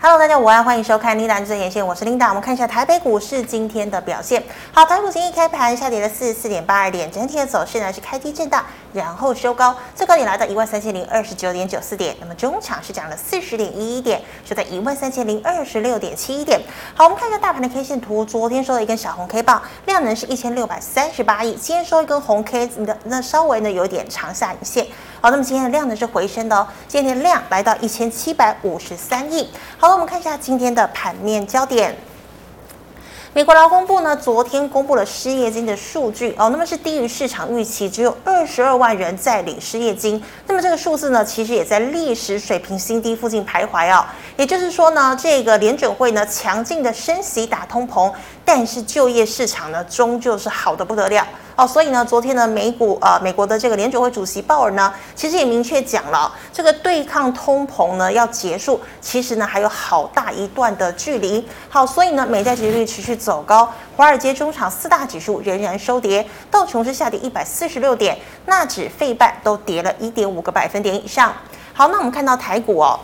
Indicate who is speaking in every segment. Speaker 1: Hello，大家午安，欢迎收看《琳达最前线》，我是琳达。我们看一下台北股市今天的表现。好，台北股今天一开盘下跌了四十四点八二点，整体的走势呢是开低震荡，然后收高，最高点来到一万三千零二十九点九四点。那么中场是涨了四十点一一点，收在一万三千零二十六点七一点。好，我们看一下大盘的 K 线图，昨天收了一根小红 K 棒，量能是一千六百三十八亿，今天收一根红 K，那那稍微呢有点长下影线。好，那么今天的量呢是回升的哦，今天的量来到一千七百五十三亿。好了，我们看一下今天的盘面焦点。美国劳工部呢，昨天公布了失业金的数据哦，那么是低于市场预期，只有二十二万人在领失业金。那么这个数字呢，其实也在历史水平新低附近徘徊哦。也就是说呢，这个联准会呢强劲的升息打通膨，但是就业市场呢终究是好的不得了哦。所以呢，昨天呢美股呃美国的这个联准会主席鲍尔呢，其实也明确讲了，这个对抗通膨呢要结束，其实呢还有好大一段的距离。好，所以呢美债利率持续。走高，华尔街中场四大指数仍然收跌，道琼斯下跌一百四十六点，纳指、费半都跌了一点五个百分点以上。好，那我们看到台股哦。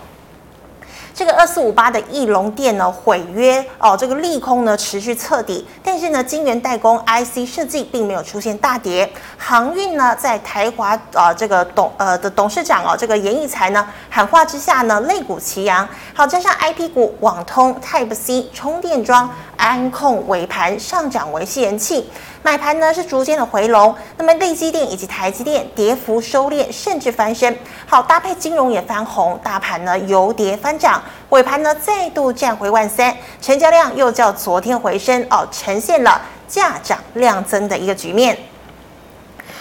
Speaker 1: 这个二四五八的翼龙店呢毁约哦，这个利空呢持续彻底，但是呢晶圆代工 IC 设计并没有出现大跌，航运呢在台华啊、呃、这个董呃的董事长哦这个严义才呢喊话之下呢肋股齐扬，好加上 IP 股网通、Type C 充电桩、安控尾盘上涨为吸人气。买盘呢是逐渐的回笼，那么内积电以及台积电跌幅收敛，甚至翻身。好，搭配金融也翻红，大盘呢由跌翻涨，尾盘呢再度站回万三，成交量又较昨天回升哦，呈现了价涨量增的一个局面。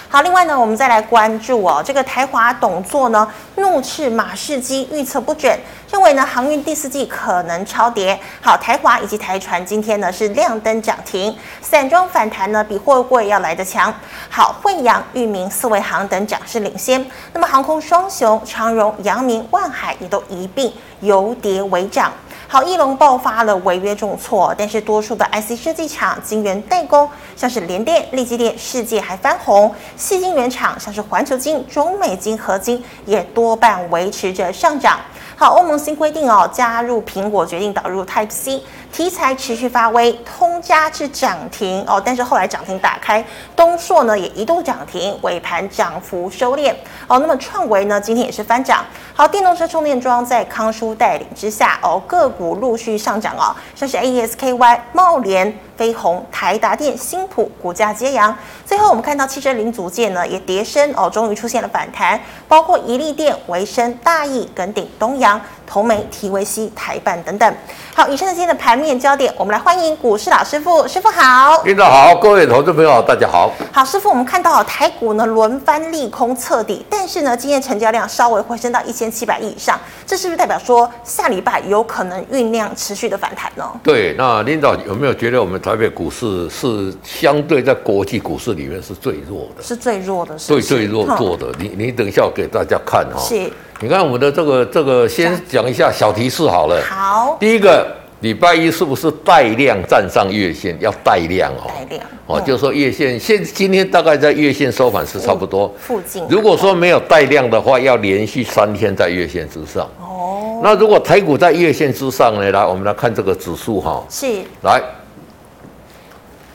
Speaker 1: 好，另外呢，我们再来关注哦，这个台华董座呢怒斥马士基预测不准，认为呢航运第四季可能超跌。好，台华以及台船今天呢是亮灯涨停，散装反弹呢比货柜要来得强。好，惠阳、裕民、四维航等涨势领先，那么航空双雄长荣、阳明、万海也都一并由跌为涨。好，翼龙爆发了违约重挫，但是多数的 IC 设计厂、晶圆代工，像是联电、力积电、世界还翻红，细晶圆厂像是环球晶、中美晶、合晶也多半维持着上涨。好，欧盟新规定哦，加入苹果决定导入 Type C，题材持续发威，通家是涨停哦，但是后来涨停打开，东硕呢也一度涨停，尾盘涨幅收敛哦。那么创维呢，今天也是翻涨。好，电动车充电桩在康舒带领之下哦，个股陆续上涨哦，像是 AESKY、茂联。飞鸿、台达电、新普股价皆扬。最后，我们看到汽车零组件呢也跌升哦，终于出现了反弹，包括宜利电、维生、大益、耿鼎、东阳、同美、提维西、台办等等。好，以上是今天的盘面焦点，我们来欢迎股市老师傅，师傅好。
Speaker 2: 领导好，各位投资朋友大家好。
Speaker 1: 好，师傅，我们看到台股呢轮番利空彻底，但是呢，今天成交量稍微回升到一千七百亿以上，这是不是代表说下礼拜有可能酝酿持续的反弹呢？
Speaker 2: 对，那领导有没有觉得我们台北股市是相对在国际股市里面是最弱的？
Speaker 1: 是最弱的，是
Speaker 2: 最
Speaker 1: 不是
Speaker 2: 最弱弱的。你你等一下我给大家看哈、
Speaker 1: 哼是
Speaker 2: 你看我们的这个这个，先讲一下小提示好了。
Speaker 1: 好
Speaker 2: 第一个，礼拜一是不是带量站上月线？要带量哦。
Speaker 1: 带量
Speaker 2: 哦，
Speaker 1: 嗯
Speaker 2: 就是说月线现今天大概在月线收盘是差不多。
Speaker 1: 附近
Speaker 2: 如果说没有带量的话，要连续三天在月线之上。
Speaker 1: 哦，
Speaker 2: 那如果台股在月线之上呢？来，我们来看这个指数哈，
Speaker 1: 是
Speaker 2: 来，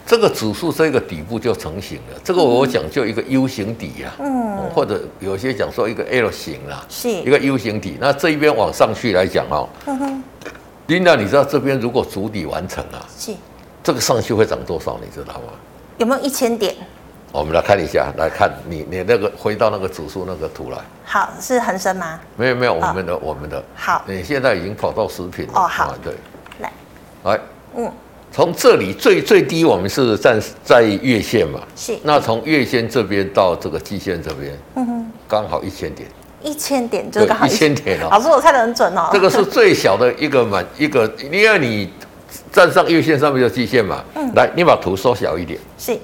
Speaker 2: 这个指数这个底部就成型了。这个我讲就一个 U 型底啊，嗯，或者有些讲说一个 L 型啦、
Speaker 1: 是
Speaker 2: 一个 U 型底。那这一边往上去来讲哦，
Speaker 1: 哼哼
Speaker 2: 琳达，你知道这边如果主底完成啊，
Speaker 1: 是，
Speaker 2: 这个上去会涨多少？你知道吗？
Speaker 1: 有没有一千点？
Speaker 2: 我们来看一下，来看你你那个回到那个指数那个图来，
Speaker 1: 好，是恒生吗？
Speaker 2: 没有没有，我们的、我们的，
Speaker 1: 哦好
Speaker 2: 你现在已经跑到食品了
Speaker 1: 哦好
Speaker 2: 啊对，
Speaker 1: 来，
Speaker 2: 来，
Speaker 1: 嗯，
Speaker 2: 从这里最最低，我们是站在月线嘛，
Speaker 1: 是
Speaker 2: 那从月线这边到这个季线这边，
Speaker 1: 嗯哼，
Speaker 2: 刚好一千点，
Speaker 1: 一千点就是刚好
Speaker 2: 一千点哦
Speaker 1: 老师，我猜的很准哦。
Speaker 2: 这个是最小的一个满一个，因为你站上月线上面就季线嘛，
Speaker 1: 嗯
Speaker 2: 来，你把图缩小一点。
Speaker 1: 是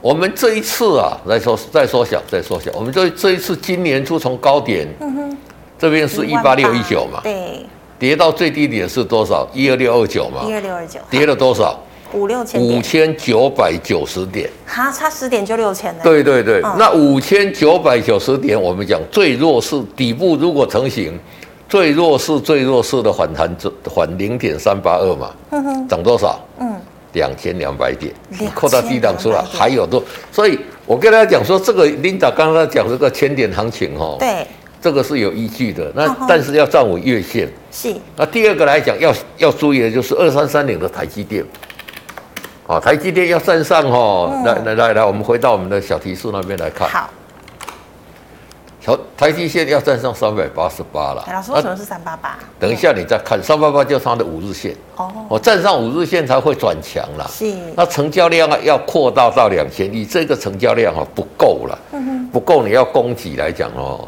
Speaker 2: 我们这一次啊，来说再缩小，再缩小。我们这这一次今年初从高点，
Speaker 1: 嗯
Speaker 2: 这边是一八六一九嘛，
Speaker 1: 对，
Speaker 2: 跌到最低点是多少？一二六二九嘛
Speaker 1: 一，二六二九，
Speaker 2: 跌了多少？
Speaker 1: 五六千
Speaker 2: 啊五
Speaker 1: 点，
Speaker 2: 千九百九十点。
Speaker 1: 哈，差十点就六千了。，
Speaker 2: 对对对，
Speaker 1: 嗯
Speaker 2: 那五千九百九十点，我们讲最弱是底部，如果成型，最弱势最弱势的反弹反零点三八二嘛，
Speaker 1: 嗯哼，
Speaker 2: 涨多少？
Speaker 1: 嗯，
Speaker 2: 两千两百点，你
Speaker 1: 2200
Speaker 2: 扩到低档出来
Speaker 1: 点
Speaker 2: 还有多，所以我跟大家讲说，这个 Linda 刚刚讲这个千点行情哦，
Speaker 1: 对，
Speaker 2: 这个是有依据的。那
Speaker 1: 嗯哼
Speaker 2: 但是要站稳月线。
Speaker 1: 是，
Speaker 2: 那第二个来讲，要要注意的就是二三三零的台积电，哦，台积电要站上哦。
Speaker 1: 嗯
Speaker 2: 来来来来，我们回到我们的小提示那边来看，
Speaker 1: 好，
Speaker 2: 小台积线要站上三百八十八了。
Speaker 1: 哎老师
Speaker 2: 那
Speaker 1: 为什么是三八八？
Speaker 2: 啊等一下你再看，三八八就是它的五日线，
Speaker 1: 哦，
Speaker 2: 我站上五日线才会转强啦。
Speaker 1: 是，
Speaker 2: 那成交量啊要扩大到两千亿，这个成交量啊不够了，
Speaker 1: 嗯哼，
Speaker 2: 不够你要供给来讲哦，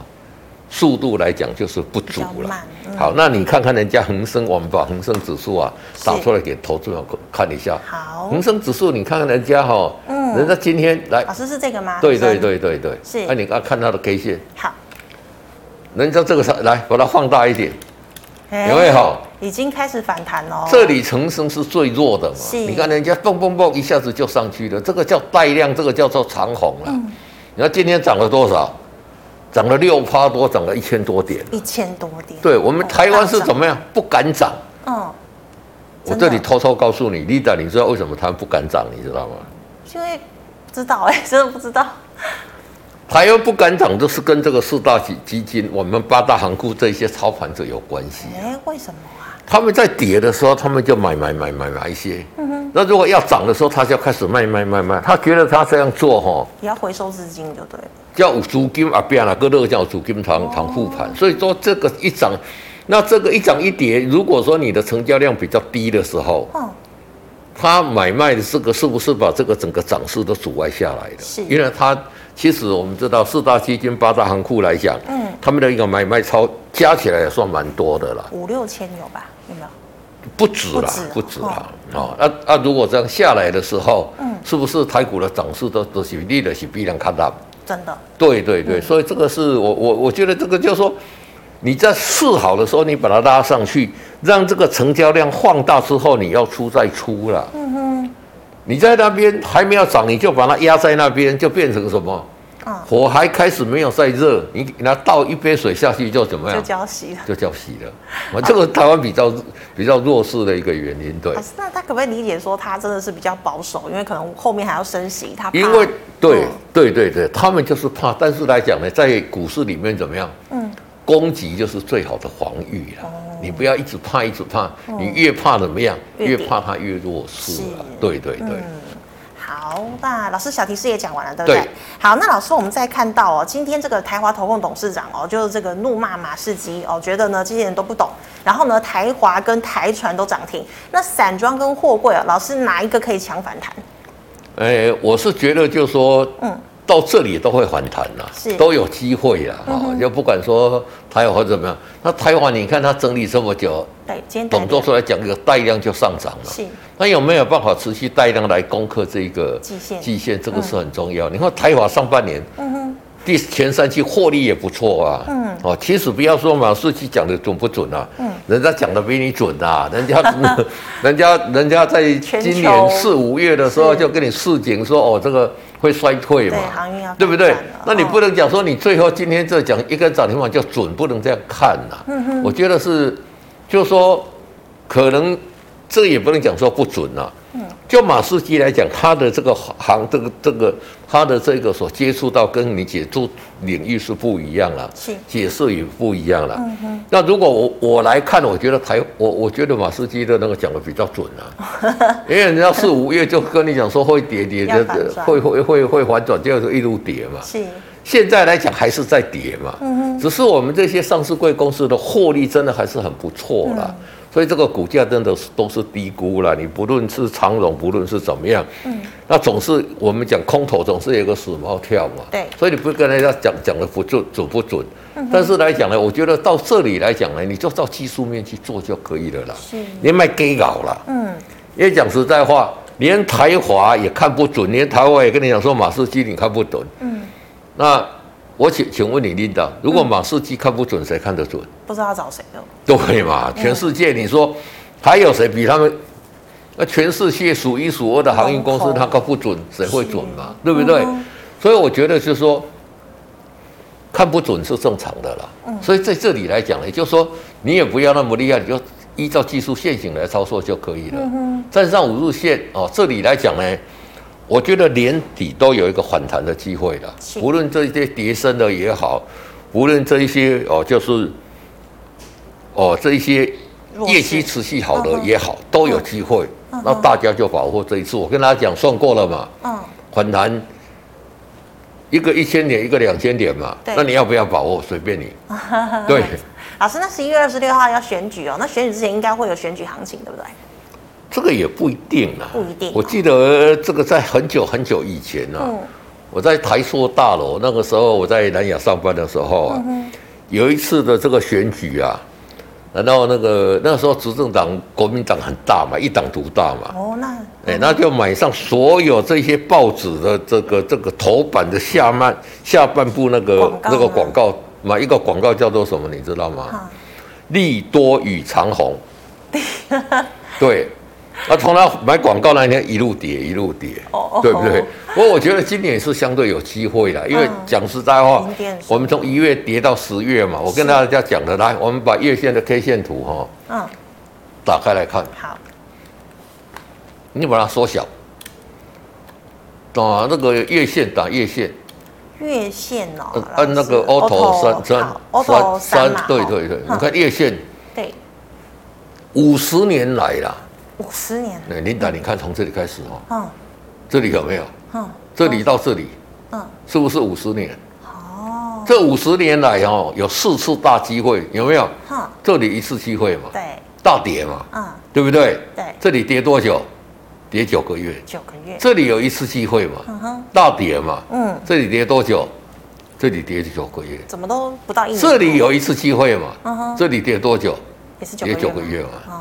Speaker 2: 速度来讲就是不足
Speaker 1: 比较
Speaker 2: 了
Speaker 1: 慢。嗯
Speaker 2: 好，那你看看人家恒生，我们把恒生指数啊
Speaker 1: 是
Speaker 2: 打出来给投资者看一下。
Speaker 1: 好，
Speaker 2: 恒生指数，你看看人家哈、哦，
Speaker 1: 嗯
Speaker 2: 人家今天来
Speaker 1: 老，师是这个吗？
Speaker 2: 对对
Speaker 1: 是，
Speaker 2: 对对对，
Speaker 1: 是
Speaker 2: 那、你看看它的 K 线，
Speaker 1: 好，
Speaker 2: 人家这个是来把它放大一点，
Speaker 1: 哎
Speaker 2: 有没有？
Speaker 1: 已经开始反弹哦喽。
Speaker 2: 这里恒生是最弱的嘛
Speaker 1: 是，
Speaker 2: 你看人家蹦蹦蹦一下子就上去了，这个叫带量，这个叫做长虹了。
Speaker 1: 嗯
Speaker 2: 你看今天涨了多少？涨了六趴多，涨了一千多点。
Speaker 1: 一千多点，
Speaker 2: 对我们台湾是怎
Speaker 1: 么？
Speaker 2: 么样？不敢涨。
Speaker 1: 嗯，
Speaker 2: 我
Speaker 1: 哦真的
Speaker 2: 这里偷偷告诉你，Lida，你知道为什么他们不敢涨？你知道吗？
Speaker 1: 因为不知道哎，真的不知道。
Speaker 2: 台湾不敢涨，就是跟这个四大基基金、我们八大行库这些操盘者有关系。
Speaker 1: 哎，为什么啊？
Speaker 2: 他们在跌的时候，他们就买买买买买一些。
Speaker 1: 嗯哼
Speaker 2: 那如果要涨的时候，他就要开始卖卖卖卖。他觉得他这样做哈、哦，
Speaker 1: 也要回收资金就对了。
Speaker 2: 叫有资金啊，变了个热叫资金堂堂护盘。所以说这个一涨，那这个一涨一跌，如果说你的成交量比较低的时候，
Speaker 1: 嗯，
Speaker 2: 他买卖的这个是不是把这个整个涨势都阻碍下来的？
Speaker 1: 是
Speaker 2: 因为他其实我们知道四大基金、八大行库来讲，
Speaker 1: 嗯，
Speaker 2: 他们的一个买卖超加起来也算蛮多的啦。
Speaker 1: 五六千有吧？有没有？
Speaker 2: 不止啦，
Speaker 1: 不
Speaker 2: 不
Speaker 1: 止
Speaker 2: 止
Speaker 1: 哦
Speaker 2: 啦，哦，那、那、如果这样下来的时候，
Speaker 1: 嗯
Speaker 2: 是不是台股的涨势都都是力的是必然看到？
Speaker 1: 真的
Speaker 2: 对对对，所以这个是我我我觉得这个就是说，你在试好的时候，你把它拉上去，让这个成交量放大之后，你要出再出啦。嗯哼，你在那边还没有涨，你就把它压在那边，就变成什么？
Speaker 1: 嗯
Speaker 2: 火还开始没有再热，你拿倒一杯水下去就怎么
Speaker 1: 就
Speaker 2: 样？
Speaker 1: 交息了。
Speaker 2: 就叫洗了。我这个台湾比较比较弱势的一个原因，对
Speaker 1: 老，师，那他可不可以理解说他真的是比较保守，因为可能后面还要升息，他怕
Speaker 2: 因为对
Speaker 1: 嗯
Speaker 2: 对对对，他们就是怕，但是来讲呢，在股市里面怎么样？
Speaker 1: 嗯，哦
Speaker 2: 攻击就是最好的防御啦。你不要一直怕，一直怕，你越怕怎么样？
Speaker 1: 越
Speaker 2: 越
Speaker 1: 跌
Speaker 2: 怕它越弱势啊
Speaker 1: 是。嗯
Speaker 2: 对对对，
Speaker 1: 好，那老师小提示也讲完了，对不对？
Speaker 2: 对
Speaker 1: 好，那老师，我们再看到哦，今天这个台华投控董事长哦，就是这个怒骂马士基哦，觉得呢这些人都不懂，然后呢台华跟台船都涨停，那散装跟货柜哦，老师哪一个可以强反弹？
Speaker 2: 哎，我是觉得就是说，
Speaker 1: 嗯
Speaker 2: 到这里都会反弹啦
Speaker 1: 是，嗯
Speaker 2: 都有机会啦。哦，就不管说台湾怎么样，那台湾你看它整理这么久，
Speaker 1: 对，今天
Speaker 2: 董
Speaker 1: 做
Speaker 2: 座出来讲，有带量就上涨了。
Speaker 1: 是
Speaker 2: 那有没有办法持续带量来攻克这个
Speaker 1: 季线
Speaker 2: 季线，这个是很重要。你看台华上半年
Speaker 1: 嗯哼
Speaker 2: 第前三期获利也不错啊。
Speaker 1: 嗯
Speaker 2: 哦，其实不要说马士基讲的准不准啊，
Speaker 1: 嗯
Speaker 2: 人家讲的比你准啊，人家 人家人家在
Speaker 1: 全球
Speaker 2: 今年四五月的时候
Speaker 1: 是
Speaker 2: 就跟你示警说，哦，这个会衰退嘛
Speaker 1: 对，航运要
Speaker 2: 对不对
Speaker 1: 反弹了？
Speaker 2: 那你
Speaker 1: 哦
Speaker 2: 不能讲说你最后今天这讲一根涨停板就准，不能这样看呐、
Speaker 1: 嗯
Speaker 2: 我觉得是，就是说可能这也不能讲说不准啊。就马士基来讲，他的这个行，这个这个他的这个所接触到跟你解触领域是不一样了，
Speaker 1: 是嗯
Speaker 2: 解释也不一样了。那如果我我来看，我觉得台我我觉得马士基的那个讲的比较准啊， 因为人家四五月就跟你讲说会跌跌
Speaker 1: 要
Speaker 2: 的
Speaker 1: 反转，
Speaker 2: 会会会会反转，就是一路跌嘛。
Speaker 1: 是
Speaker 2: 现在来讲还是在跌嘛，只是我们这些上市贵公司的获利真的还是很不错啦，所以这个股价真的是都是低估了。你不论是长荣，不论是怎么样，那总是我们讲空头总是有一个死猫跳嘛，
Speaker 1: 对
Speaker 2: 所以你不跟人家讲讲的不准准不准，但是来讲呢，我觉得到这里来讲呢，你就到技术面去做就可以了啦，
Speaker 1: 是
Speaker 2: 你卖给搞了。
Speaker 1: 嗯
Speaker 2: 也讲实在话，连台华也看不准，连台华也跟你讲说马士基你看不准。
Speaker 1: 嗯，
Speaker 2: 那我请请问你领导，如果马士基看不准，谁看得准？
Speaker 1: 不知道要找谁哦了，
Speaker 2: 对嘛？
Speaker 1: 嗯
Speaker 2: 全世界你说还有谁比他们？那全世界数一数二的航运公司
Speaker 1: 龙，头
Speaker 2: 它看不准，谁会准嘛？对不对？
Speaker 1: 嗯
Speaker 2: 所以我觉得就
Speaker 1: 嗯
Speaker 2: 是说，看不准是正常的啦。所以在这里来讲呢，也就是说，你也不要那么厉害，你就依照技术线型来操作就可以了。
Speaker 1: 嗯
Speaker 2: 站上五日线哦，这里来讲呢，我觉得年底都有一个反弹的机会了
Speaker 1: 是。
Speaker 2: 无论这一些跌升的也好，无论这一些哦，就是哦这一些
Speaker 1: 弱势
Speaker 2: 业绩持续好的
Speaker 1: 嗯哼
Speaker 2: 也好，都有机会。那大家就把握这一次。我跟大家讲，算过了嘛，
Speaker 1: 嗯，
Speaker 2: 反弹一个一千点，一个两千点嘛。
Speaker 1: 对
Speaker 2: 那你要不要把握？随 便你。对。
Speaker 1: 老师，那十一月二十六号要选举哦，那选举之前应该会有选举行情，对不对？
Speaker 2: 这个也不一定啊，
Speaker 1: 不一定
Speaker 2: 我记得这个在很久很久以前啊，
Speaker 1: 嗯
Speaker 2: 我在台塑大楼那个时候，我在南亚上班的时候啊，
Speaker 1: 嗯
Speaker 2: 有一次的这个选举啊，然后那个那时候执政党国民党很大嘛，一党独大嘛，
Speaker 1: 哦，那
Speaker 2: 哎、那就买上所有这些报纸的这个这个头版的下半下半部那个
Speaker 1: 广告吗
Speaker 2: 那个广告，买一个广告叫做什么，你知道吗
Speaker 1: 啊？
Speaker 2: 利多与 长虹。对，那从他买广告那一天一路跌一路跌
Speaker 1: 哦哦，
Speaker 2: 对不对？不过我觉得今年是相对有机会啦，
Speaker 1: 嗯
Speaker 2: 因为讲实在话
Speaker 1: 零点，四
Speaker 2: 我们从一月跌到十月嘛，我跟
Speaker 1: 是
Speaker 2: 大家讲的，来，我们把月线的 K 线图哈、哦、
Speaker 1: 嗯，
Speaker 2: 打开来看。
Speaker 1: 好，
Speaker 2: 你把它缩小，啊，那个月线打月线，
Speaker 1: 月线哦
Speaker 2: 呃，
Speaker 1: 老
Speaker 2: 按那个
Speaker 1: 师
Speaker 2: auto 三
Speaker 1: 好 auto 三嘛，
Speaker 2: 对
Speaker 1: 哦
Speaker 2: 对对，你
Speaker 1: 嗯
Speaker 2: 看月线
Speaker 1: 对，
Speaker 2: 五十年来啦，
Speaker 1: 五十年，
Speaker 2: 哎，琳达，你看从这里开始哦，
Speaker 1: 嗯
Speaker 2: 这里有没有？
Speaker 1: 嗯
Speaker 2: 这里到这里
Speaker 1: 嗯，
Speaker 2: 是不是五十年？
Speaker 1: 哦，
Speaker 2: 这五十年来哦，有四次大机会，有没有？
Speaker 1: 哼，
Speaker 2: 这里一次机会嘛，
Speaker 1: 对，
Speaker 2: 大跌嘛，
Speaker 1: 嗯
Speaker 2: 对不对？
Speaker 1: 对，
Speaker 2: 这里跌多久？跌九个月。
Speaker 1: 九个月，
Speaker 2: 这里有一次机会嘛，
Speaker 1: 嗯哼，
Speaker 2: 大跌嘛，
Speaker 1: 嗯，
Speaker 2: 这里跌多久？这里跌九个月。
Speaker 1: 怎么都不到一年，
Speaker 2: 这里有一次机会
Speaker 1: 嗯
Speaker 2: 嘛
Speaker 1: 哼？
Speaker 2: 这里跌多久？
Speaker 1: 也是九
Speaker 2: 跌九个
Speaker 1: 吗，
Speaker 2: 月嘛。
Speaker 1: 哦，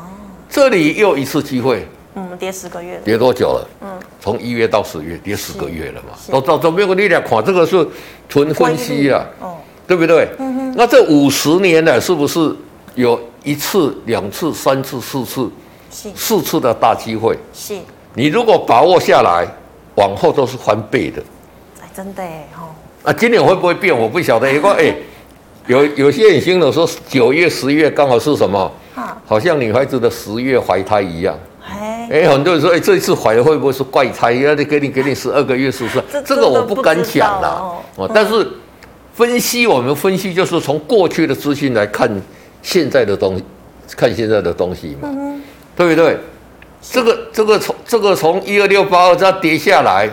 Speaker 2: 这里又一次机会，
Speaker 1: 嗯，跌十个月了，
Speaker 2: 跌多久了？
Speaker 1: 嗯，
Speaker 2: 从一月到十月，跌十个月了嘛。
Speaker 1: 是
Speaker 2: 都到都没有力量垮，这个是纯分析啊，
Speaker 1: 哦，
Speaker 2: 对不对？那这五十年来是不是有一次、两次、三次、四次、
Speaker 1: 是
Speaker 2: 四次的大机会？
Speaker 1: 是，
Speaker 2: 你如果把握下来，往后都是翻倍的。
Speaker 1: 哎，真的哎，哦，
Speaker 2: 啊，今年会不会变？我不晓得。不过哎，有有些很兴的说，九月、十月刚好是什么？
Speaker 1: 哈，
Speaker 2: 好像女孩子的十月怀胎一样。
Speaker 1: 哎，
Speaker 2: 哎，很多人说，哎，这一次怀的会不会是怪胎？要得给你给你十二个月，是不是
Speaker 1: 这？
Speaker 2: 这个我不敢
Speaker 1: 这个不知
Speaker 2: 讲啦。
Speaker 1: 道哦
Speaker 2: 哦，但是分析我们分析就是从过去的资讯来看现在的东西，看现在的东西嘛，
Speaker 1: 嗯
Speaker 2: 对不对？这个这个从这个从一二六八二这样跌下来，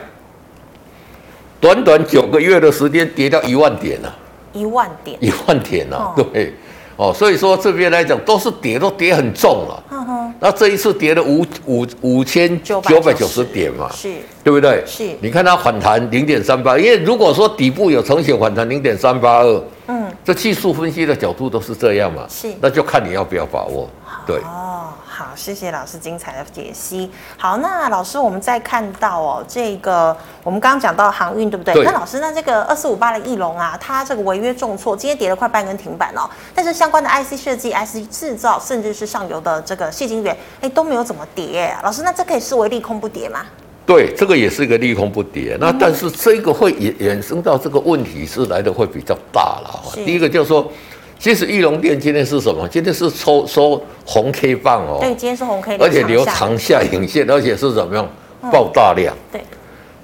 Speaker 2: 短短九个月的时间跌到一万点了、啊
Speaker 1: 一万点，
Speaker 2: 一万点啊，
Speaker 1: 哦
Speaker 2: 对，哦，所以说这边来讲都是跌，都跌很重啊了。
Speaker 1: 哼嗯哼，
Speaker 2: 那这一次跌了五五五千九百九十点嘛，
Speaker 1: 是，
Speaker 2: 对不对？
Speaker 1: 是
Speaker 2: 你看它反弹零点三八，因为如果说底部有呈现反弹零点三八二，
Speaker 1: 嗯，
Speaker 2: 这技术分析的角度都是这样嘛，
Speaker 1: 是
Speaker 2: 那就看你要不要把握。对，
Speaker 1: 哦，好，谢谢老师精彩的解析。好，那老师，我们再看到哦，这个我们刚刚讲到航运，对不对？
Speaker 2: 对
Speaker 1: 那老师，那这个二四五八的翼龙啊，它这个违约重挫，今天跌了快半根停板哦。但是相关的 IC 设计、IC 制造，甚至是上游的这个细晶圆，哎，都没有怎么跌。老师，那这可以视为利空不跌吗？
Speaker 2: 对，这个也是一个利空不跌。那但是这个会衍衍生到这个问题是来的会比较大了哦。
Speaker 1: 是
Speaker 2: 第一个就是说，其实玉龙店今天是什么？今天是收收红 K 棒哦，
Speaker 1: 对，今天是红 K，
Speaker 2: 而且留
Speaker 1: 下
Speaker 2: 长下影嗯线，而且是怎么样爆大量。
Speaker 1: 对，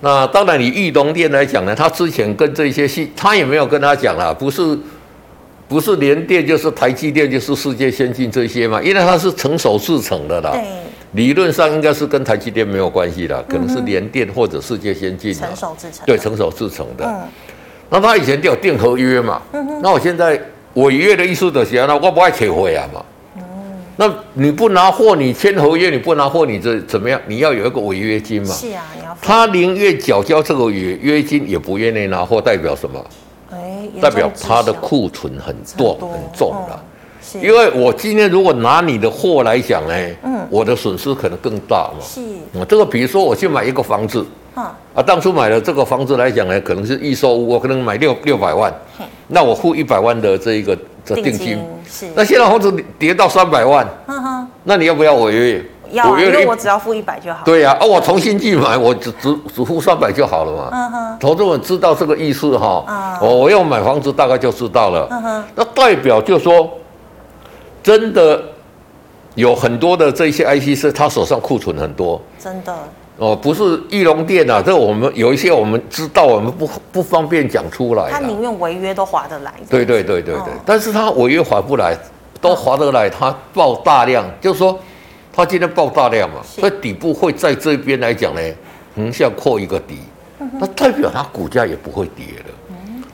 Speaker 2: 那当然，以裕隆店来讲呢，他之前跟这些系，他也没有跟他讲啦，不是不是联电就是台积电就是世界先进这些嘛，因为它是成熟制成的啦。
Speaker 1: 对，嗯
Speaker 2: 理论上应该是跟台积电没有关系啦，可能是联电或者世界先进啦
Speaker 1: 成熟制成，
Speaker 2: 对，成熟制成的。
Speaker 1: 嗯，
Speaker 2: 那他以前就有订合约嘛，那我现在违约的意思就是啊，那我不爱退回啊嘛。
Speaker 1: 嗯
Speaker 2: 那你不拿货，你签合约，你不拿货，你这怎么样？你要有一个违约金嘛。
Speaker 1: 是啊，你要
Speaker 2: 他宁愿缴交这个违约金，也不愿意拿货，代表什么？
Speaker 1: 哎，
Speaker 2: 代表他
Speaker 1: 它
Speaker 2: 的库存很重
Speaker 1: 很多
Speaker 2: 很重了
Speaker 1: 嗯。是
Speaker 2: 因为我今天如果拿你的货来讲呢，
Speaker 1: 嗯
Speaker 2: 我的损失可能更大嘛。
Speaker 1: 是，
Speaker 2: 嗯，这个比如说我去买一个房子，
Speaker 1: 哈，
Speaker 2: 啊，当初买了这个房子来讲呢，可能是预售屋，我可能买六六百万
Speaker 1: 嘿，
Speaker 2: 那我付一百万的这一个这定金，
Speaker 1: 是，
Speaker 2: 那现在房子跌到三百万，
Speaker 1: 哼哼，
Speaker 2: 那你要不要违约？
Speaker 1: 要、啊，因
Speaker 2: 约了
Speaker 1: 为
Speaker 2: 一
Speaker 1: 我只要付一百就好。，
Speaker 2: 对呀、啊，我重新去买，我只只只付三百就好了嘛。
Speaker 1: 嗯哼，
Speaker 2: 投资人知道这个意思哈哦
Speaker 1: 啊，
Speaker 2: 我我要买房子大概就知道了。
Speaker 1: 嗯哼，
Speaker 2: 那代表就说，真的有很多的这些 IC 是他手上库存很多
Speaker 1: 真的，
Speaker 2: 哦，不是翼龙店啊，这我们有一些我们知道，我们不不方便讲出来
Speaker 1: 他
Speaker 2: 啦。
Speaker 1: 宁愿违约都划得来。
Speaker 2: 哎对对对对对，
Speaker 1: 哦
Speaker 2: 但是他违约划不来，都划得来，他爆大量，就是说他今天爆大量嘛，
Speaker 1: 是
Speaker 2: 所以底部会在这边来讲呢，横向扩一个底，那代表它股价也不会跌了。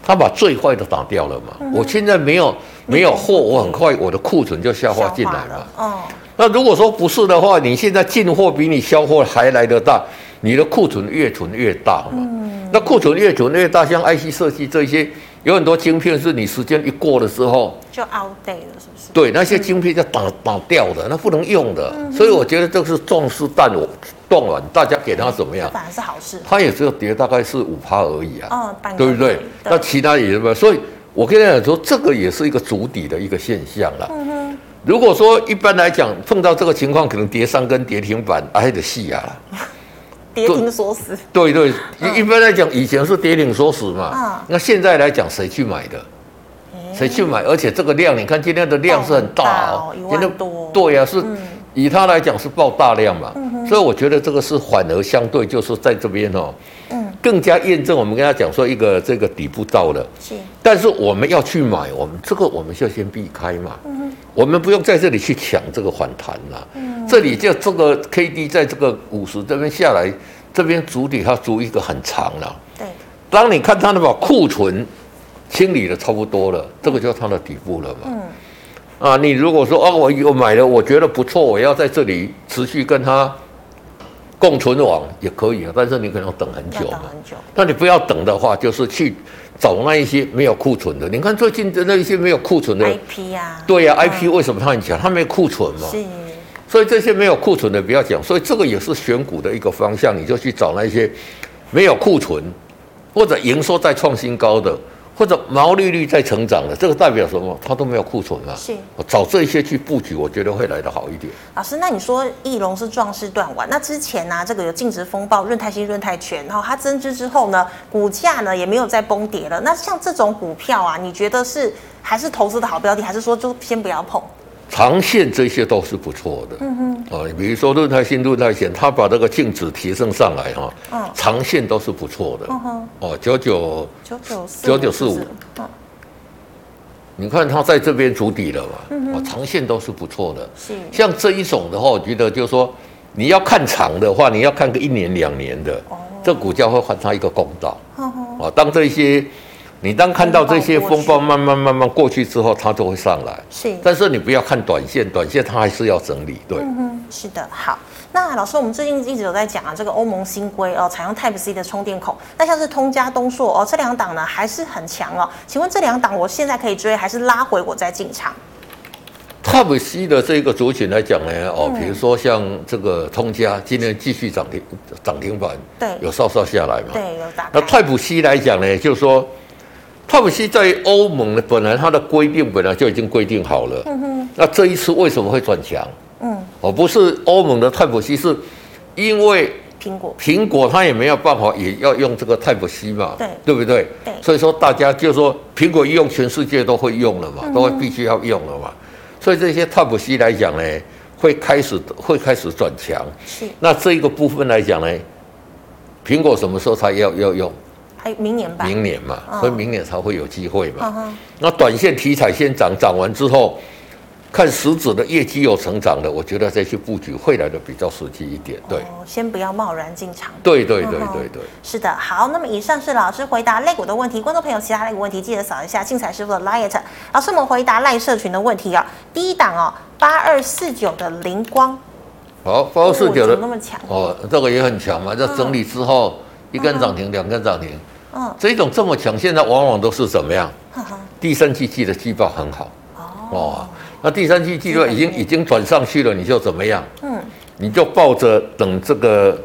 Speaker 2: 他把最坏的打掉了嘛，我现在没有没有货，我很快我的库存就消化进来
Speaker 1: 消化
Speaker 2: 嘛
Speaker 1: 了。，哦，
Speaker 2: 那如果说不是的话，你现在进货比你销货还来得大，你的库存越存越大嘛。那库存越存越大，像 IC 设计这些，有很多晶片是你时间一过了之后，
Speaker 1: 就 outdate 了，是不是？
Speaker 2: 对那些晶片就打打掉的，那不能用的。所以我觉得这是壮士断腕，断腕，大家给他怎么样？
Speaker 1: 反而是好事。
Speaker 2: 它也只有跌大概是五趴而已啊，
Speaker 1: 嗯哦半个
Speaker 2: 啊对不对
Speaker 1: 而已？对
Speaker 2: 那其他也是没有，所以我跟你讲说，这个也是一个主底的一个现象啦。
Speaker 1: 嗯
Speaker 2: 如果说一般来讲碰到这个情况，可能跌三根跌停板，挨的戏啊。
Speaker 1: 跌停锁死，
Speaker 2: 对对，一一般来讲，以前是跌停锁死嘛
Speaker 1: 嗯，
Speaker 2: 那现在来讲，谁去买的？谁去买？而且这个量，你看今天的量是很大
Speaker 1: 爆
Speaker 2: 哦
Speaker 1: 很大哦，
Speaker 2: 今
Speaker 1: 一
Speaker 2: 天
Speaker 1: 万多嗯
Speaker 2: 对啊呀，是以它来讲是爆大量嘛，所以我觉得这个是反而相对就是在这边哦，
Speaker 1: 嗯
Speaker 2: 更加验证我们跟他讲说一个这个底部到了，
Speaker 1: 是
Speaker 2: 但是我们要去买，我们这个我们就先避开嘛，我们不用在这里去抢这个反弹啦，这里就这个 K D 在这个五十这边下来，这边主底它足一个很长了。
Speaker 1: 对，
Speaker 2: 当你看它的把库存清理的差不多了，这个就是它的底部了嘛。啊，你如果说啊，我有买了，我觉得不错，我要在这里持续跟它共存亡也可以啊，但是你可能要等很
Speaker 1: 要
Speaker 2: 久
Speaker 1: 等
Speaker 2: 嘛。
Speaker 1: 很久，
Speaker 2: 那你不要等的话，就是去找那一些没有库存的。你看最近的那一些没有库存的，
Speaker 1: IP 呀、啊，
Speaker 2: 对呀、i p 为什么它很强？它没库存嘛。
Speaker 1: 是
Speaker 2: 所以这些没有库存的不要讲，所以这个也是选股的一个方向，你就去找那些没有库存，或者营收在创新高的，或者毛利率在成长的，这个代表什么？它都没有库存啊。
Speaker 1: 是
Speaker 2: 我找这些去布局，我觉得会来得好一点。
Speaker 1: 老师，那你说翼龙是壮士断腕，那之前呢、这个有净值风暴、润泰新、润泰全，然后它增资之后呢，股价呢也没有再崩跌了。那像这种股票啊，你觉得是还是投资的好标的，还是说就先不要碰？
Speaker 2: 长线这些都是不错的。嗯哼，啊，比如说润泰新、润泰险，它把这个净值提升上来哈、
Speaker 1: 嗯
Speaker 2: 长线都是不错的。
Speaker 1: 嗯哼，
Speaker 2: 哦，九九
Speaker 1: 九九四
Speaker 2: 9945，
Speaker 1: 嗯，
Speaker 2: 你看它在这边筑底了
Speaker 1: 嗯
Speaker 2: 嘛，哦，长线都是不错的。
Speaker 1: 是
Speaker 2: 像这一种的话，我觉得就是说，你要看长的话，你要看个一年两年的，这股价会还它一个公道
Speaker 1: 哼哦嗯哼
Speaker 2: 啊。当这些，你当看到这些
Speaker 1: 风
Speaker 2: 风
Speaker 1: 暴
Speaker 2: 暴慢慢慢慢过去之后，它就会上来。
Speaker 1: 是。
Speaker 2: 但是你不要看短线，短线它还是要整理，对。
Speaker 1: 嗯，是的，好。那老师，我们最近一直有在讲啊，这个欧盟新规哦，采用 Type C 的充电孔。那像是通家、东硕哦，这两档呢还是很强哦。请问这两档我现在可以追，还是拉回我再进场？
Speaker 2: Type C 的这个族群来讲呢，哦，
Speaker 1: 嗯
Speaker 2: 比如说像这个通家今天继续涨停涨停板，
Speaker 1: 对
Speaker 2: 有稍稍下来嘛，
Speaker 1: 对，有打
Speaker 2: 那
Speaker 1: 开。
Speaker 2: 泰普西来讲呢，就是说，泰普西在欧盟呢，本来它的规定本来就已经规定好了。那这一次为什么会转强？
Speaker 1: 嗯，
Speaker 2: 哦，不是欧盟的泰普西，是因为
Speaker 1: 苹果
Speaker 2: 苹果它也没有办法，也要用这个泰普西嘛，
Speaker 1: 对
Speaker 2: 不对？
Speaker 1: 对
Speaker 2: 所以说大家就说苹果一用，全世界都会用了
Speaker 1: 嗯
Speaker 2: 嘛，都会必须要用了嘛。所以这些泰普西来讲呢，会开始会开始转强。
Speaker 1: 是，
Speaker 2: 那这一个部分来讲呢，苹果什么时候才要要用？
Speaker 1: 还有明年吧。哦
Speaker 2: 明年嘛，所以明年才会有机会嘛。
Speaker 1: 嗯哼，
Speaker 2: 那短线题材先涨，涨完之后，看实质的业绩有成长的，我觉得再去布局会来的比较实际一点。对，
Speaker 1: 哦，先不要贸然进场。
Speaker 2: 对对对
Speaker 1: 嗯哼
Speaker 2: 对对。
Speaker 1: 是的，好，那么以上是老师回答类股的问题，观众朋友其他类股问题记得扫一下静彩师傅的 Light。老师，我们回答赖社群的问题哦，第一档哦，八二四九的灵光，
Speaker 2: 好，八四九
Speaker 1: 哦怎
Speaker 2: 的
Speaker 1: 么那么强？
Speaker 2: 哦，这个也很强嘛。这整理之后，一根涨停，两根涨停，
Speaker 1: 嗯，
Speaker 2: 这种这么强，现在往往都是怎么样？
Speaker 1: 哈哈，
Speaker 2: 第三季季的季报很好
Speaker 1: 哦，
Speaker 2: 哦，那第三季季报
Speaker 1: 基本
Speaker 2: 已经
Speaker 1: 面
Speaker 2: 已经转上去了，你就怎么样？
Speaker 1: 嗯，
Speaker 2: 你就抱着等这个，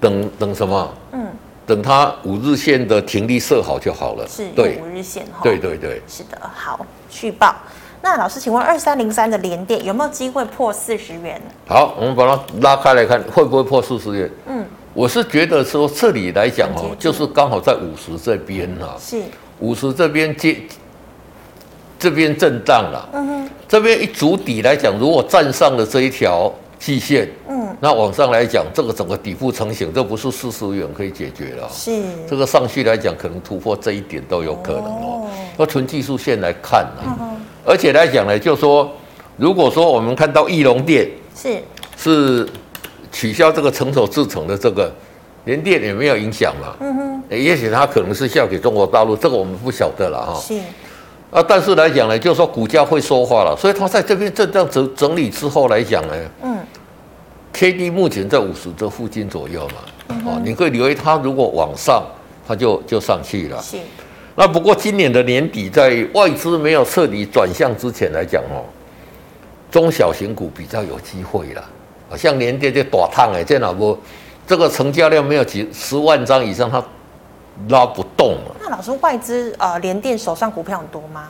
Speaker 2: 等等什么？
Speaker 1: 嗯，
Speaker 2: 等它五日线的停力设好就好了。
Speaker 1: 是有
Speaker 2: 对
Speaker 1: 五，日线哈，
Speaker 2: 对，对对。
Speaker 1: 是的，好，续报。那老师，请问二三零三的连电有没有机会破四十元？
Speaker 2: 好，我们把它拉开来看，会不会破四十元？
Speaker 1: 嗯，
Speaker 2: 我是觉得说这里来讲哦
Speaker 1: 很接近，
Speaker 2: 就是刚好在五十这边啊，
Speaker 1: 是
Speaker 2: 五十这边接这边震荡了，
Speaker 1: 嗯哼，
Speaker 2: 这边一足底来讲，如果站上了这一条季线，
Speaker 1: 嗯，
Speaker 2: 那往上来讲，这个整个底部成型，这不是四十元可以解决了。
Speaker 1: 是，
Speaker 2: 这个上去来讲，可能突破这一点都有可能哦
Speaker 1: 哦。
Speaker 2: 那纯技术线来看呢、
Speaker 1: 嗯哼，
Speaker 2: 而且来讲呢，就说如果说我们看到翼龙店
Speaker 1: 是，
Speaker 2: 是取消这个成熟制成的这个连电也没有影响嘛，
Speaker 1: 嗯哼，
Speaker 2: 也许它可能是效给中国大陆，这个我们不晓得了哈。
Speaker 1: 是，
Speaker 2: 啊，但是来讲呢，就说股价会说话了，所以它在这边震荡整整理之后来讲呢
Speaker 1: 嗯，
Speaker 2: ，K D 目前在五十这附近左右嘛，哦，你可以留意它如果往上，它就就上去了。
Speaker 1: 是，
Speaker 2: 那不过今年的年底，在外资没有彻底转向之前来讲哦，中小型股比较有机会啦。啊，像联电这大烫哎，这哪不这个成交量没有几十万张以上，它拉不动啊，
Speaker 1: 那老师外资呃联电手上股票很多吗？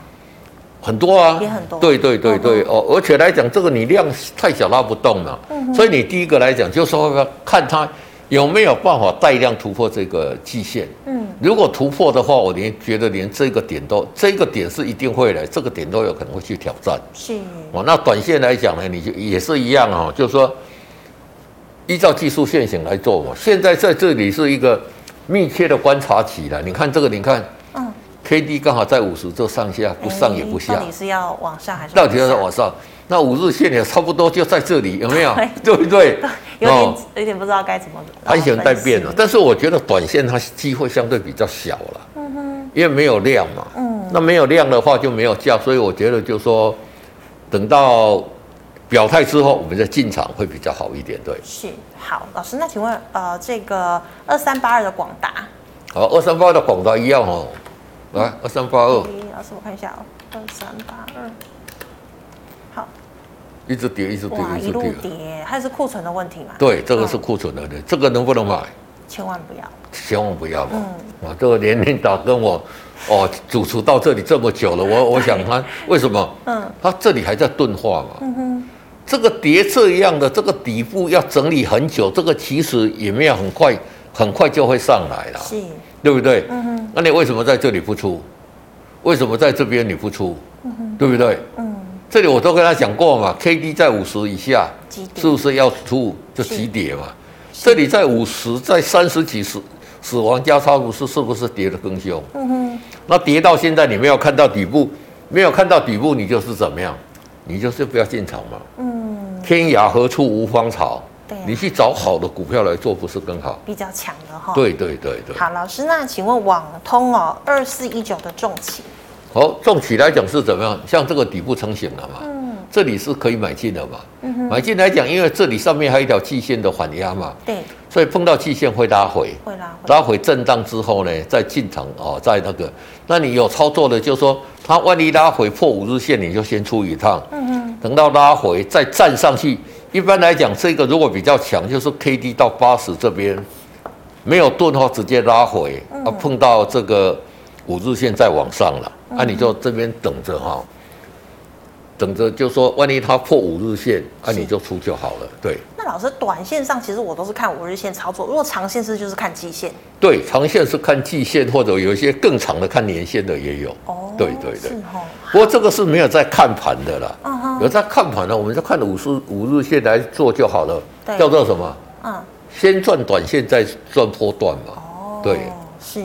Speaker 2: 很多啊，
Speaker 1: 也很多
Speaker 2: 对对对对
Speaker 1: 嗯
Speaker 2: 哦，而且来讲，这个你量太小拉不动了，所以你第一个来讲，就是说看它有没有办法带量突破这个季线。
Speaker 1: 嗯，
Speaker 2: 如果突破的话，我连觉得连这个点都，这个点是一定会来，这个点都有可能会去挑战。
Speaker 1: 是，
Speaker 2: 哦，那短线来讲呢，你就也是一样哦，就是说依照技术线型来做嘛。现在在这里是一个密切的观察期了。你看这个，你看
Speaker 1: 嗯，
Speaker 2: K D 刚好在五十这上下，不上也不
Speaker 1: 哎
Speaker 2: 下
Speaker 1: 到，底是要往上还是
Speaker 2: 到底要往
Speaker 1: 下？
Speaker 2: 上？那五日线也差不多就在这里，有没有
Speaker 1: 对？
Speaker 2: 对哦不对？
Speaker 1: 有点有点不知道该怎么呃
Speaker 2: 盘
Speaker 1: 哦
Speaker 2: 形在变了，
Speaker 1: 分析
Speaker 2: 但是我觉得短线它机会相对比较小了，
Speaker 1: 嗯哼，
Speaker 2: 因为没有量嘛。
Speaker 1: 嗯，
Speaker 2: 那没有量的话就没有价，所以我觉得就说等到表态之后，我们再进场会比较好一点。对，
Speaker 1: 是好，老师，那请问呃这个二三八二的广达，
Speaker 2: 好，二三八的广达一样哦，
Speaker 1: 嗯
Speaker 2: 来二三八二
Speaker 1: 诶老师我看一下哦，二三八二，好，
Speaker 2: 一直跌，一直跌，
Speaker 1: 哇，
Speaker 2: 一
Speaker 1: 一
Speaker 2: 直
Speaker 1: 路
Speaker 2: 跌。
Speaker 1: 跌，还是库存的问题嘛？
Speaker 2: 对，这个是
Speaker 1: 嗯
Speaker 2: 库存的，对，这个能不能买？
Speaker 1: 千万不要，
Speaker 2: 千万不要嘛！
Speaker 1: 嗯
Speaker 2: 啊，这个连领导跟我哦主持到这里这么久了，我我想 他为什么？
Speaker 1: 嗯
Speaker 2: 他这里还在钝化嘛？
Speaker 1: 嗯哼，
Speaker 2: 这个跌这样的这个底部要整理很久，这个其实也没有很快，很快就会上来了，
Speaker 1: 是，
Speaker 2: 对不对？
Speaker 1: 嗯哼，
Speaker 2: 那你为什么在这里不出？为什么在这边你不出？对不对？
Speaker 1: 嗯，
Speaker 2: 这里我都跟他讲过嘛，K D 在五十以下，
Speaker 1: 几点
Speaker 2: 是不是要出就是急跌嘛？这里在五十，在三十几十，死亡交叉股市是不是跌得更凶？
Speaker 1: 嗯哼，
Speaker 2: 那跌到现在你没有看到底部，没有看到底部，你就是怎么样？你就是不要进场嘛。
Speaker 1: 嗯，
Speaker 2: 天涯何处无芳草，
Speaker 1: 对啊
Speaker 2: 你去找好的股票来做，不是更好？
Speaker 1: 比较强的哈。。
Speaker 2: 对对对对。
Speaker 1: 好，老师，那请问网通哦，二四一九的重企，
Speaker 2: 好，重企来讲是怎么样？像这个底部成型了嘛，
Speaker 1: 嗯
Speaker 2: 这里是可以买进的嘛。
Speaker 1: 嗯哼，
Speaker 2: 买进来讲，因为这里上面还有一条季线的缓压嘛，
Speaker 1: 对，
Speaker 2: 所以碰到季线会拉回，
Speaker 1: 会拉回，
Speaker 2: 拉回震荡之后呢，再进场哦，在那个，那你有操作的，就是说它万一拉回破五日线，你就先出一趟，
Speaker 1: 嗯哼，
Speaker 2: 等到拉回再站上去。一般来讲，这个如果比较强，就是 K D 到八十这边没有钝化，直接拉回，
Speaker 1: 嗯
Speaker 2: 啊，碰到这个五日线再往上了，
Speaker 1: 嗯
Speaker 2: 啊，你就这边等着哈、等着就说万一它破五日线，啊，
Speaker 1: 是
Speaker 2: 你就出就好了。对
Speaker 1: 那老师，短线上其实我都是看五日线操作，如果长线是就是看季线
Speaker 2: 对，长线是看季线，或者有一些更长的看年线的也有。
Speaker 1: 哦。
Speaker 2: 对对对
Speaker 1: 是哦，
Speaker 2: 不过这个是没有在看盘的啦，
Speaker 1: 嗯哼，
Speaker 2: 有在看盘的，我们就看五十五日线来做就好了
Speaker 1: 对，
Speaker 2: 叫做什么？
Speaker 1: 嗯，
Speaker 2: 先赚短线，再赚波段嘛。
Speaker 1: 哦，
Speaker 2: 对，
Speaker 1: 是。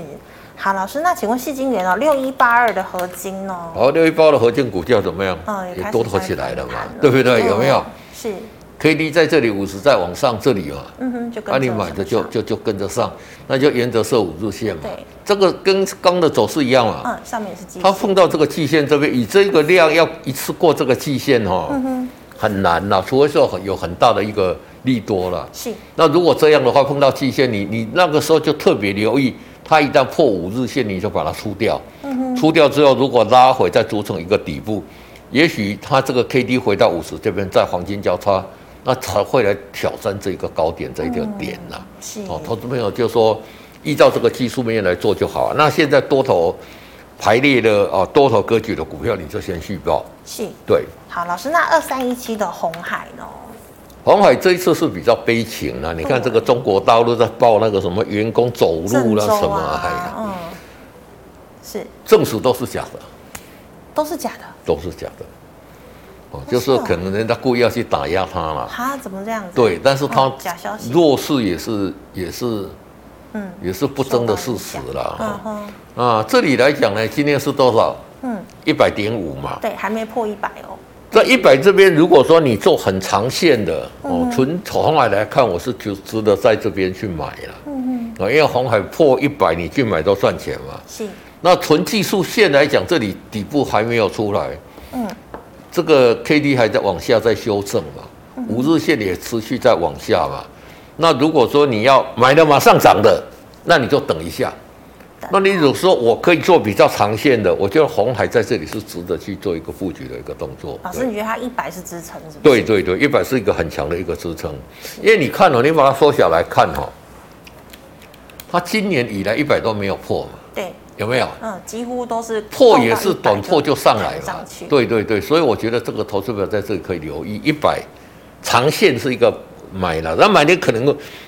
Speaker 1: 好，老师，那请问细金元哦，六一八二的合金哦，
Speaker 2: 好，六一八的合金股价怎么样？
Speaker 1: 嗯，也开始
Speaker 2: 哦多头
Speaker 1: 在
Speaker 2: 起来了嘛
Speaker 1: 反弹，
Speaker 2: 对不对？有没有
Speaker 1: 嗯是，
Speaker 2: ？K D 在这里五十，再往上这里嘛，
Speaker 1: 嗯哼，就跟
Speaker 2: 啊那你
Speaker 1: 着
Speaker 2: 买的
Speaker 1: 上
Speaker 2: 就
Speaker 1: 上
Speaker 2: 就就跟着上，那就沿着设五日线嘛
Speaker 1: 对。
Speaker 2: 这个跟刚的走势一样嘛，
Speaker 1: 嗯，上面也是季
Speaker 2: 它
Speaker 1: 线，
Speaker 2: 碰到这个季线这边，以这个量要一次过这个季线哦，
Speaker 1: 嗯哼，
Speaker 2: 很难呐、除非说很有很大的一个利多了。
Speaker 1: 是，
Speaker 2: 那如果这样的话，碰到季线，你你那个时候就特别留意，它一旦破五日线，你就把它出掉。
Speaker 1: 嗯哼，
Speaker 2: 出掉之后，如果拉回再组成一个底部，也许它这个 K D 回到五十这边，在黄金交叉，那才会来挑战这个高点这一个点呐、
Speaker 1: 是，
Speaker 2: 哦，投资朋友就说依照这个技术面来做就好、啊那现在多头排列的啊，多头格局的股票，你就先续报。
Speaker 1: 是。
Speaker 2: 对，
Speaker 1: 好，老师，那二三一七的红海呢？
Speaker 2: 黄海这一次是比较悲情啊了、你看这个中国大陆在报那个什么员工走路
Speaker 1: 郑
Speaker 2: 啦、
Speaker 1: 州啊
Speaker 2: 什么，哎呀
Speaker 1: 啊，嗯，是
Speaker 2: 证实都是假的，
Speaker 1: 都是假的，
Speaker 2: 都是假的，哦，就是
Speaker 1: 啊
Speaker 2: 说可能人家故意要去打压他了。
Speaker 1: 哈，怎么这样子？
Speaker 2: 对，但是他
Speaker 1: 哦假消息
Speaker 2: 弱势也是也是
Speaker 1: 嗯
Speaker 2: 也是不争的事实啦。
Speaker 1: 嗯
Speaker 2: 哈
Speaker 1: 哼，
Speaker 2: 啊，这里来讲呢，今天是多少？
Speaker 1: 嗯，
Speaker 2: 一百点五嘛。
Speaker 1: 对，还没破一百哦。
Speaker 2: 在一百这边，如果说你做很长线的
Speaker 1: 嗯
Speaker 2: 哦，纯红海来看，我是值值得在这边去买了。
Speaker 1: 嗯嗯，
Speaker 2: 啊，因为红海破一百，你去买都赚钱嘛。
Speaker 1: 是，
Speaker 2: 那纯技术线来讲，这里底部还没有出来，
Speaker 1: 嗯，
Speaker 2: 这个 K D 还在往下在修正嘛，
Speaker 1: 嗯
Speaker 2: 五日线也持续在往下嘛。那如果说你要买了马上涨的，那你就等一下。那你如果说我可以做比较长线的，我觉得红海在这里是值得去做一个布局的一个动作。
Speaker 1: 老
Speaker 2: 对
Speaker 1: 师，你觉得它一百是支撑是不是？
Speaker 2: 对对对，一百是一个很强的一个支撑，因为你看哦，你把它缩小来看哦，它今年以来一百都没有破嘛，
Speaker 1: 对，
Speaker 2: 有没有？
Speaker 1: 嗯，几乎都是
Speaker 2: 破也是
Speaker 1: 碰到100
Speaker 2: 短破就上来
Speaker 1: 就上
Speaker 2: 了
Speaker 1: 去，，
Speaker 2: 对对对，所以我觉得这个投资者在这里可以留意一百，长线是一个买了，那买你可能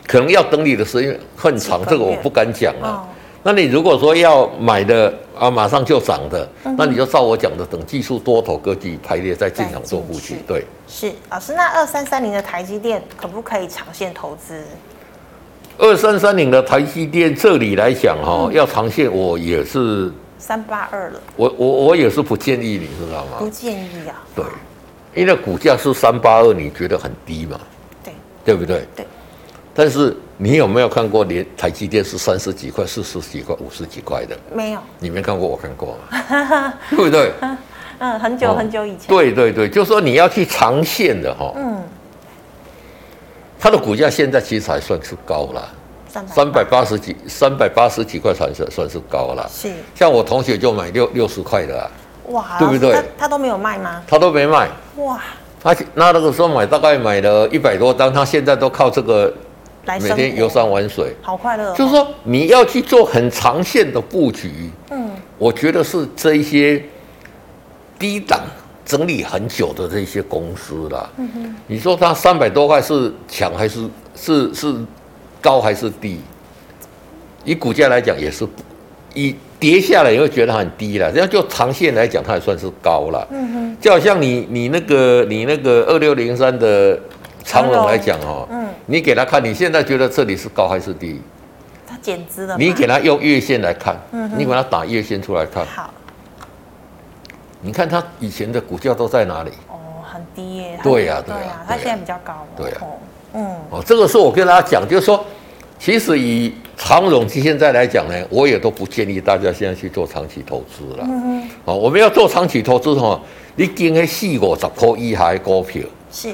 Speaker 2: 可能要等你的时间很长
Speaker 1: 几，个
Speaker 2: 这个我
Speaker 1: 月
Speaker 2: 不敢讲啊。
Speaker 1: 哦，
Speaker 2: 那你如果说要买的啊，马上就涨的，
Speaker 1: 嗯
Speaker 2: 那你就照我讲的，等技术多头格局排列再进
Speaker 1: 再
Speaker 2: 场做
Speaker 1: 进
Speaker 2: 布
Speaker 1: 去
Speaker 2: 局，对。
Speaker 1: 是老师，那二三三零的台积电可不可以长线投资？
Speaker 2: 二三三零的台积电这里来讲哈、
Speaker 1: 嗯
Speaker 2: 要长线我也是，
Speaker 1: 三八二了，
Speaker 2: 我我我也是不建议你知道吗
Speaker 1: 不？建议啊。
Speaker 2: 对，因为股价是三八二，你觉得很低嘛，
Speaker 1: 对，
Speaker 2: 对不对？
Speaker 1: 对。
Speaker 2: 但是你有没有看过连台积电是三十几块、四十几块、五十几块的？
Speaker 1: 没有，
Speaker 2: 你没看过，我看过嘛， 对不对？
Speaker 1: 嗯，很久
Speaker 2: 哦
Speaker 1: 很久以前，
Speaker 2: 对对对，就说你要去长线的哈、
Speaker 1: 嗯，
Speaker 2: 它的股价现在其实还算是高了，
Speaker 1: 三百
Speaker 2: 三百八十几、三百八十几块算是算是高了。
Speaker 1: 是
Speaker 2: 像我同学就买六六十块的、啊，
Speaker 1: 哇，
Speaker 2: 对不对
Speaker 1: 老师他他都没有卖吗？
Speaker 2: 他都没卖，
Speaker 1: 哇，
Speaker 2: 他那那个时候买大概买了一百多张，他现在都靠这个
Speaker 1: 来
Speaker 2: 每
Speaker 1: 生
Speaker 2: 天
Speaker 1: 活
Speaker 2: 游山玩水。
Speaker 1: 好快乐哦，
Speaker 2: 就是说你要去做很长线的布局，
Speaker 1: 嗯，
Speaker 2: 我觉得是这一些低档整理很久的这些公司啦。
Speaker 1: 嗯
Speaker 2: 你说它三百多块是强还是是是高还是低？以股价来讲也是不，以跌下来你会觉得它很低了，这样就长线来讲它也算是高了。
Speaker 1: 嗯哼，
Speaker 2: 就好像你你那个你那个二六零三的长
Speaker 1: 长
Speaker 2: 荣
Speaker 1: 荣
Speaker 2: 来讲哦，
Speaker 1: 嗯
Speaker 2: 你给他看，你现在觉得这里是高还是低？
Speaker 1: 他减资了嘛，
Speaker 2: 你给他用月线来看，
Speaker 1: 嗯哼
Speaker 2: 你把它打月线出来看，
Speaker 1: 好
Speaker 2: 你看它以前的股价都在哪里？
Speaker 1: 哦，很低耶，
Speaker 2: 对呀
Speaker 1: 对
Speaker 2: 对呀
Speaker 1: 呀，
Speaker 2: 对
Speaker 1: 他
Speaker 2: 呀
Speaker 1: 现在比较高哦，
Speaker 2: 对呀
Speaker 1: 哦，嗯，
Speaker 2: 哦，这个是我跟大家讲，就是说，其实以长荣现在来讲呢，我也都不建议大家现在去做长期投资了。
Speaker 1: 嗯哼，
Speaker 2: 哦，我们要做长期投资哈，你今天四五十块以下的股票，
Speaker 1: 是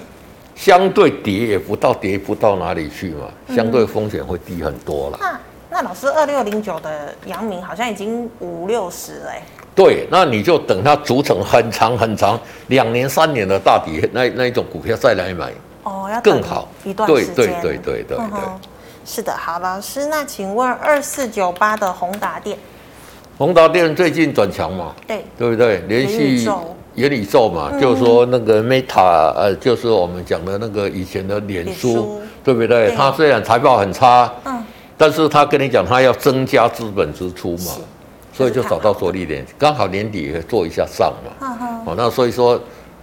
Speaker 2: 相对跌也不到跌不到哪里去嘛，
Speaker 1: 嗯
Speaker 2: 相对风险会低很多啦。
Speaker 1: 那那老师二六零九的阳明好像已经五六十了欸耶，
Speaker 2: 对，那你就等它组成很长很长两年三年的大底，那那一种股票再来买。
Speaker 1: 哦，要
Speaker 2: 更
Speaker 1: 等
Speaker 2: 好
Speaker 1: 一段
Speaker 2: 对
Speaker 1: 时间，
Speaker 2: 对对对对
Speaker 1: 嗯哼
Speaker 2: 对
Speaker 1: 是的，好，老师，那请问二四九八的宏达电，
Speaker 2: 宏达电最近转强嘛，
Speaker 1: 对，
Speaker 2: 对不对？连
Speaker 1: 元宇
Speaker 2: 续
Speaker 1: 宙嗯
Speaker 2: 元宇宙嘛，就是说那个 Meta，呃，就是我们讲的那个以前的脸
Speaker 1: 脸
Speaker 2: 书
Speaker 1: 书，
Speaker 2: 对不对？
Speaker 1: 对
Speaker 2: 它虽然财报很差，
Speaker 1: 嗯，
Speaker 2: 但是他跟你讲他要增加资本支出嘛
Speaker 1: 是，
Speaker 2: 所以就找到着力点，刚好年底也做一下账嘛。
Speaker 1: 哈哈，
Speaker 2: 哦，那所以说，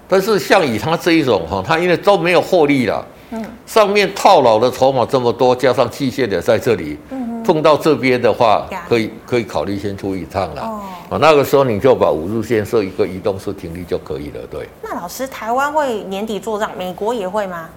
Speaker 2: 但是像以他这一种哈，他因为都没有获利了，
Speaker 1: 嗯，
Speaker 2: 上面套牢的筹码这么多，加上器械的在这里，嗯，碰到这边的话
Speaker 1: 呀，
Speaker 2: 可以可以考虑先出一趟了。
Speaker 1: 哦
Speaker 2: 哦，那个时候你就把五日线设一个移动式停利就可以了。对，
Speaker 1: 那老师，台湾会年底做账，美国也会吗？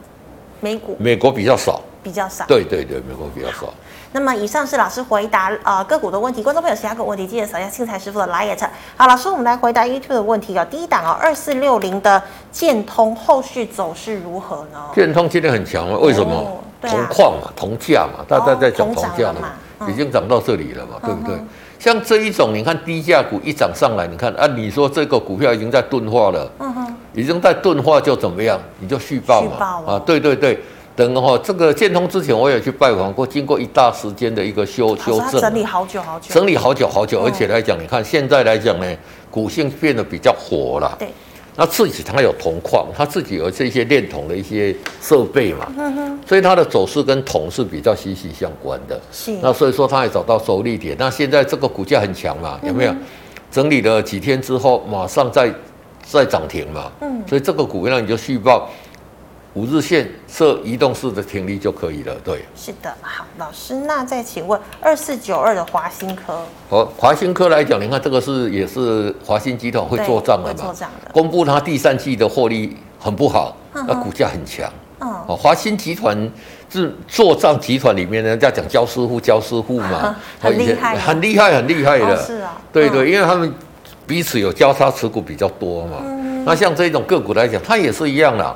Speaker 1: 美股
Speaker 2: 美国比较少，
Speaker 1: 比较少。
Speaker 2: 对对对，美国比较少。
Speaker 1: 那么以上是老师回答呃个股的问题，观众朋友其他个问题记得扫一下信财师傅的 liet。好，老师，我们来回答 YouTube 的问题哦。第一档哦，二四六零的建通后续走势如何呢？
Speaker 2: 建通今天很强了，为什么？
Speaker 1: 哦对啊哦
Speaker 2: 铜矿嘛，铜价嘛，大家在讲
Speaker 1: 铜
Speaker 2: 铜
Speaker 1: 涨
Speaker 2: 价
Speaker 1: 了
Speaker 2: 了
Speaker 1: 嘛
Speaker 2: 嘛，
Speaker 1: 嗯
Speaker 2: 已经涨到这里了嘛，对不对？像这一种，你看低价股一涨上来，你看啊，你说这个股票已经在钝化了，
Speaker 1: 嗯哼，
Speaker 2: 已经在钝化就怎么样？你就续报嘛
Speaker 1: 续报，哦
Speaker 2: 啊，对对对。等哈、哦，这个建通之前我也去拜访过，经过一大时间的一个修
Speaker 1: 老
Speaker 2: 修
Speaker 1: 师他
Speaker 2: 正，啊
Speaker 1: 整理好久好久。
Speaker 2: 整理好久好久，
Speaker 1: 嗯
Speaker 2: 而且来讲，你看现在来讲呢，股性变得比较火了，
Speaker 1: 对，
Speaker 2: 那自己它有铜矿，它自己有这些炼铜的一些设备嘛，
Speaker 1: 嗯哼，
Speaker 2: 所以它的走势跟铜是比较息息相关的。
Speaker 1: 是。
Speaker 2: 那所以说它也找到着力
Speaker 1: 嗯
Speaker 2: 点。那现在这个股价很强嘛，有没有？整理了几天之后，马上再在涨停嘛，嗯，所以这个股票你就续报五日线设移动式的停利就可以了。对，
Speaker 1: 是的，好，老师，那再请问二四九二的华新科，
Speaker 2: 好，华新科来讲，你看这个是也是华新集团会
Speaker 1: 对
Speaker 2: 做账的
Speaker 1: 会做
Speaker 2: 嘛，
Speaker 1: 账的
Speaker 2: 公布它第三季的获利很不好，那股价很强。
Speaker 1: 嗯，，
Speaker 2: 哦，华新集团是做账集团里面呢，人家讲焦师傅，焦师傅嘛
Speaker 1: 很厉害
Speaker 2: 哦以前很厉害，很厉害的。
Speaker 1: 哦是啊
Speaker 2: 对
Speaker 1: 嗯
Speaker 2: 对，因为他们彼此有交叉持股比较多嘛。
Speaker 1: 嗯
Speaker 2: 那像这种个股来讲，它也是一样啦，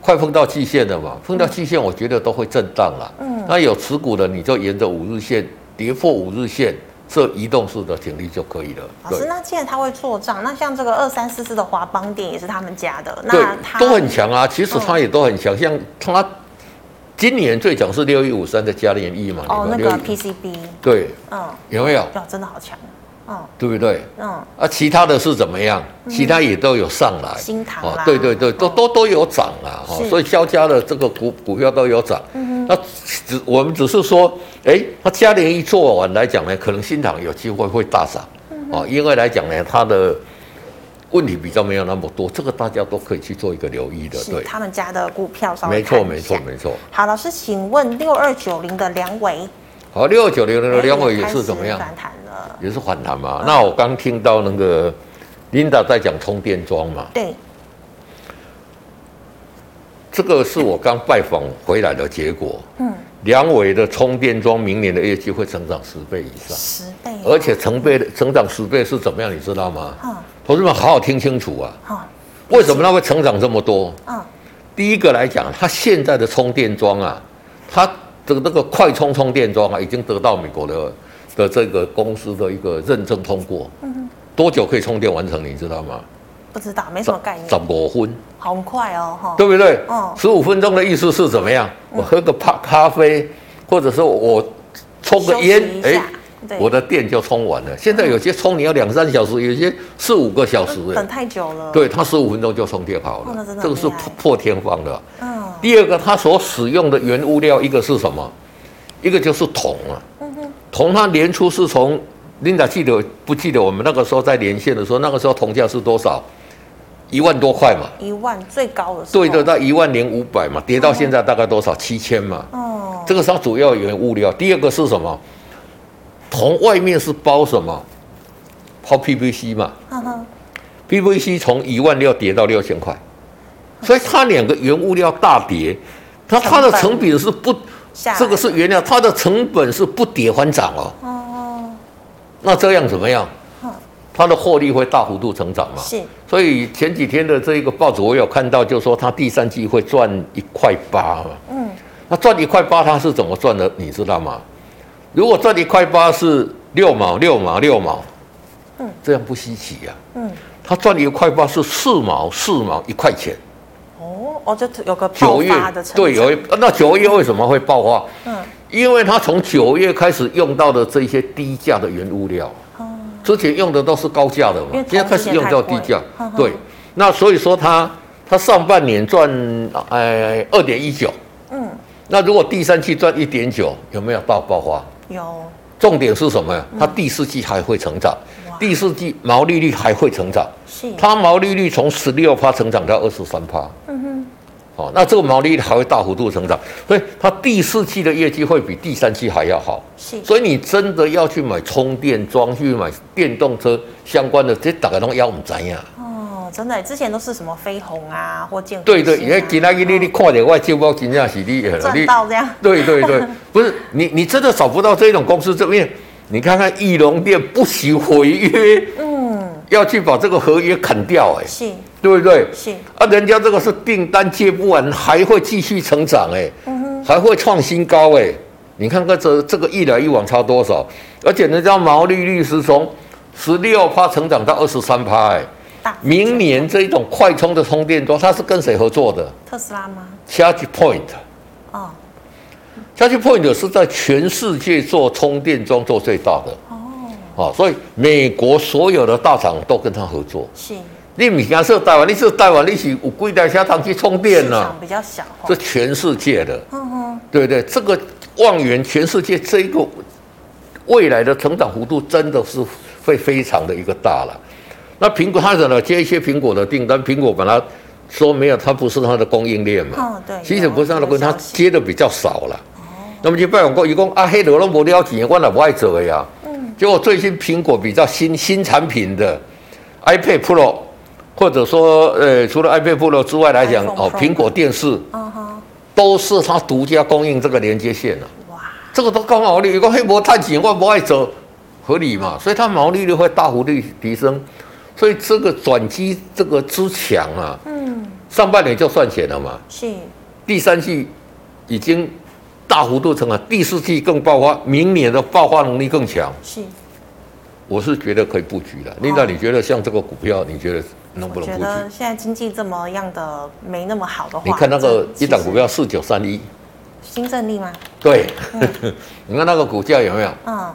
Speaker 2: 快碰到季线了嘛，
Speaker 1: 嗯
Speaker 2: 碰到季线，我觉得都会震荡啦。嗯，那有持股的，你就沿着五日线跌破五日线，设移动式的停利就可以了。
Speaker 1: 老师，那既然他会做账，那像这个二三四四的华邦店也是他们家的，
Speaker 2: 对
Speaker 1: 那，他
Speaker 2: 都很强啊。其实它
Speaker 1: 嗯
Speaker 2: 也都很强，像它今年最强是六一五三的嘉联一嘛，
Speaker 1: 哦
Speaker 2: 你
Speaker 1: 那
Speaker 2: 们
Speaker 1: 个
Speaker 2: 615
Speaker 1: PCB，
Speaker 2: 对，
Speaker 1: 嗯，
Speaker 2: 有没有？
Speaker 1: 哟，真的好强，嗯
Speaker 2: 对不对？
Speaker 1: 嗯，
Speaker 2: 啊，其他的是怎么样？其他也都有上来，
Speaker 1: 新唐啦
Speaker 2: 对对对，都
Speaker 1: 哦
Speaker 2: 都都有涨啊，哦
Speaker 1: 是嗯
Speaker 2: 所以肖家的这个股股票都有涨。那只我们只是说，哎，它嘉联一做完来讲呢，可能新塘有机会会大涨，
Speaker 1: 嗯
Speaker 2: 哦，因为来讲呢，它的问题比较没有那么多，这个大家都可以去做一个留意的，
Speaker 1: 是
Speaker 2: 对。
Speaker 1: 他们家的股票，稍微
Speaker 2: 没错，
Speaker 1: 看一
Speaker 2: 没
Speaker 1: 下
Speaker 2: 错，没错。
Speaker 1: 好，老师，请问六二九零的梁伟，
Speaker 2: 好，六九零零的两尾也
Speaker 1: 哎开
Speaker 2: 是
Speaker 1: 始
Speaker 2: 怎么样？
Speaker 1: 反弹了，
Speaker 2: 也是反弹嘛。那我刚听到那个 Linda 在讲充电桩嘛，
Speaker 1: 对，
Speaker 2: 这个是我刚拜访回来的结果。
Speaker 1: 嗯，
Speaker 2: 梁伟的充电桩明年的业绩会成长十倍以上，
Speaker 1: 十倍哦，
Speaker 2: 而且成倍的成长十倍是怎么样？你知道吗？
Speaker 1: 嗯
Speaker 2: 同志们好好听清楚啊！
Speaker 1: 好，
Speaker 2: 为什么它会成长这么多？
Speaker 1: 嗯
Speaker 2: 第一个来讲，它现在的充电桩啊，它的那个快充充电桩啊，已经得到美国的的这个公司的一个认证通过。多久可以充电完成？你知道吗？
Speaker 1: 不知道，没什么概
Speaker 2: 十
Speaker 1: 念，
Speaker 2: 五分，
Speaker 1: 好快哦，哈，
Speaker 2: 对不对
Speaker 1: 嗯？
Speaker 2: 十五分钟的意思是怎么样？我喝个咖咖啡，或者是我抽个烟
Speaker 1: 休息，一
Speaker 2: 哎
Speaker 1: 下，对
Speaker 2: 我的电就充完了。现在有些充你要两三小时，有些四五个小时，
Speaker 1: 哦等
Speaker 2: 哎，
Speaker 1: 太久了，，
Speaker 2: 对，它十五分钟就充电好
Speaker 1: 哦那真的
Speaker 2: 了，这个是
Speaker 1: 很厉害
Speaker 2: 破破天荒的。
Speaker 1: 嗯，
Speaker 2: 第二个，它所使用的原物料，一个是什么？一个就是铜啊。铜它年初是从 Linda 记得不记得？我们那个时候在连线的时候，那个时候铜价是多少？一万多块嘛。
Speaker 1: 一万最高的时候，
Speaker 2: 对的，到一万零五百嘛，跌到现在大概多少？七千嘛。
Speaker 1: 哦，
Speaker 2: 这个是它主要原物料。第二个是什么？铜外面是包什么？包 PVC 嘛。
Speaker 1: 哼哼，
Speaker 2: PVC 从一万六跌到六千块，所以它两个原物料大跌，它它的成本是不
Speaker 1: 下来，
Speaker 2: 这个是原料，它的成本是不跌反涨哦。
Speaker 1: 哦，
Speaker 2: 那这样怎么样
Speaker 1: 嗯？
Speaker 2: 它的获利会大幅度成长嘛？
Speaker 1: 是
Speaker 2: 所以前几天的这一个报纸我有看到，就说它第三季会赚一块八嘛。
Speaker 1: 嗯，
Speaker 2: 那赚一块八它是怎么赚的？你知道吗？如果赚一块八是六毛六毛六毛，
Speaker 1: 嗯，
Speaker 2: 这样不稀奇呀、啊。
Speaker 1: 嗯，
Speaker 2: 它赚一块八是四毛四毛一块钱。
Speaker 1: 哦，哦，就有个爆
Speaker 2: 九月
Speaker 1: 发的成
Speaker 2: 对，
Speaker 1: 长
Speaker 2: 有一那九月为什么会爆发？
Speaker 1: 嗯，
Speaker 2: 因为它从九月开始用到的这些低价的原物料，之前用的都是高价的嘛
Speaker 1: 哦因为，
Speaker 2: 现在开始用到低
Speaker 1: 铜
Speaker 2: 价
Speaker 1: 之前太贵，
Speaker 2: 对
Speaker 1: 嗯，
Speaker 2: 那所以说它它上半年赚哎二点一九，
Speaker 1: 嗯，
Speaker 2: 那如果第三季赚一点九，有没有大爆发？
Speaker 1: 有
Speaker 2: 重点是什么呀？它第四季还会成长
Speaker 1: 嗯哇，
Speaker 2: 第四季毛利率还会成长，
Speaker 1: 是，
Speaker 2: 它毛利率从十六趴成长到二十三趴。
Speaker 1: 嗯哼，
Speaker 2: 哦，那这个毛利率还会大幅度成长，所以它第四季的业绩会比第三季还要好。
Speaker 1: 是，
Speaker 2: 所以你真的要去买充电桩、去买电动车相关的，这大概都要啊我们怎样？
Speaker 1: 哦，真的，之前都是什么绯红啊，或见、啊，
Speaker 2: 对对，因为今天你你
Speaker 1: 哦
Speaker 2: 看点外就包，真正是你的了
Speaker 1: 赚
Speaker 2: 你
Speaker 1: 到这样，
Speaker 2: 对对对，不是你你真的找不到这种公司这边，你看看翼龙店不许毁约，
Speaker 1: 嗯，
Speaker 2: 要去把这个合约砍掉、哎，
Speaker 1: 是
Speaker 2: 对不对？
Speaker 1: 是，
Speaker 2: 啊，人家这个是订单接不完，还会继续成长哎、还会创新高哎、你看看这这个一来一往差多少，而且人家毛利率是从十六趴成长到二十三趴哎。
Speaker 1: 大
Speaker 2: 明年这种快充的充电桩，它是跟谁合作的
Speaker 1: 特斯拉吗？
Speaker 2: ？Charge Point，Charge
Speaker 1: 哦
Speaker 2: Point 是在全世界做充电桩做最大的
Speaker 1: 哦，
Speaker 2: 啊、哦，所以美国所有的大厂都跟它合作。
Speaker 1: 是，
Speaker 2: 你唔敢说台湾，你是台湾，你是有几台车通去充电啊
Speaker 1: 市
Speaker 2: 呐、
Speaker 1: 场比较小哦，
Speaker 2: 这全世界的，
Speaker 1: 嗯哼，
Speaker 2: 对不对？这个望远全世界这一个未来的成长幅度真的是会非常的一个大了。那苹果他怎么接一些苹果的订单？苹果把它说没有，它不是它的供应链嘛？
Speaker 1: 哦对
Speaker 2: 其实不是它的供应，
Speaker 1: 有有消
Speaker 2: 它
Speaker 1: 息哦
Speaker 2: 接的比较少了。那么就拜访过，一共啊，黑的我都没了解，我哪不爱做呀？
Speaker 1: 嗯
Speaker 2: 结果最近苹果比较新新产品的 iPad Pro，或者说呃，除了 iPad Pro 之外来讲，
Speaker 1: iPhone
Speaker 2: 哦，
Speaker 1: Pro
Speaker 2: 苹果电视
Speaker 1: 嗯哼，
Speaker 2: 都是它独家供应这个连接线啊。
Speaker 1: 哇，
Speaker 2: 这个都高毛利，如果黑博探险，我不爱走，合理嘛？所以它毛利率会大幅率提升，所以这个转机这个之强啊，
Speaker 1: 嗯，
Speaker 2: 上半年就算钱了嘛，
Speaker 1: 是
Speaker 2: 第三季已经大幅度成长，第四季更爆发，明年的爆发能力更强，
Speaker 1: 是，
Speaker 2: 我是觉得可以布局的。琳达，你觉得像这个股票，你觉得能不
Speaker 1: 哦我
Speaker 2: 能
Speaker 1: 觉
Speaker 2: 布局？
Speaker 1: 得现在经济这么样的没那么好的话，
Speaker 2: 你看那个
Speaker 1: 这
Speaker 2: 一档股，票四九三
Speaker 1: 其
Speaker 2: 一，
Speaker 1: 实新胜利吗？
Speaker 2: 对， 你看那个股价有没有
Speaker 1: 嗯，啊，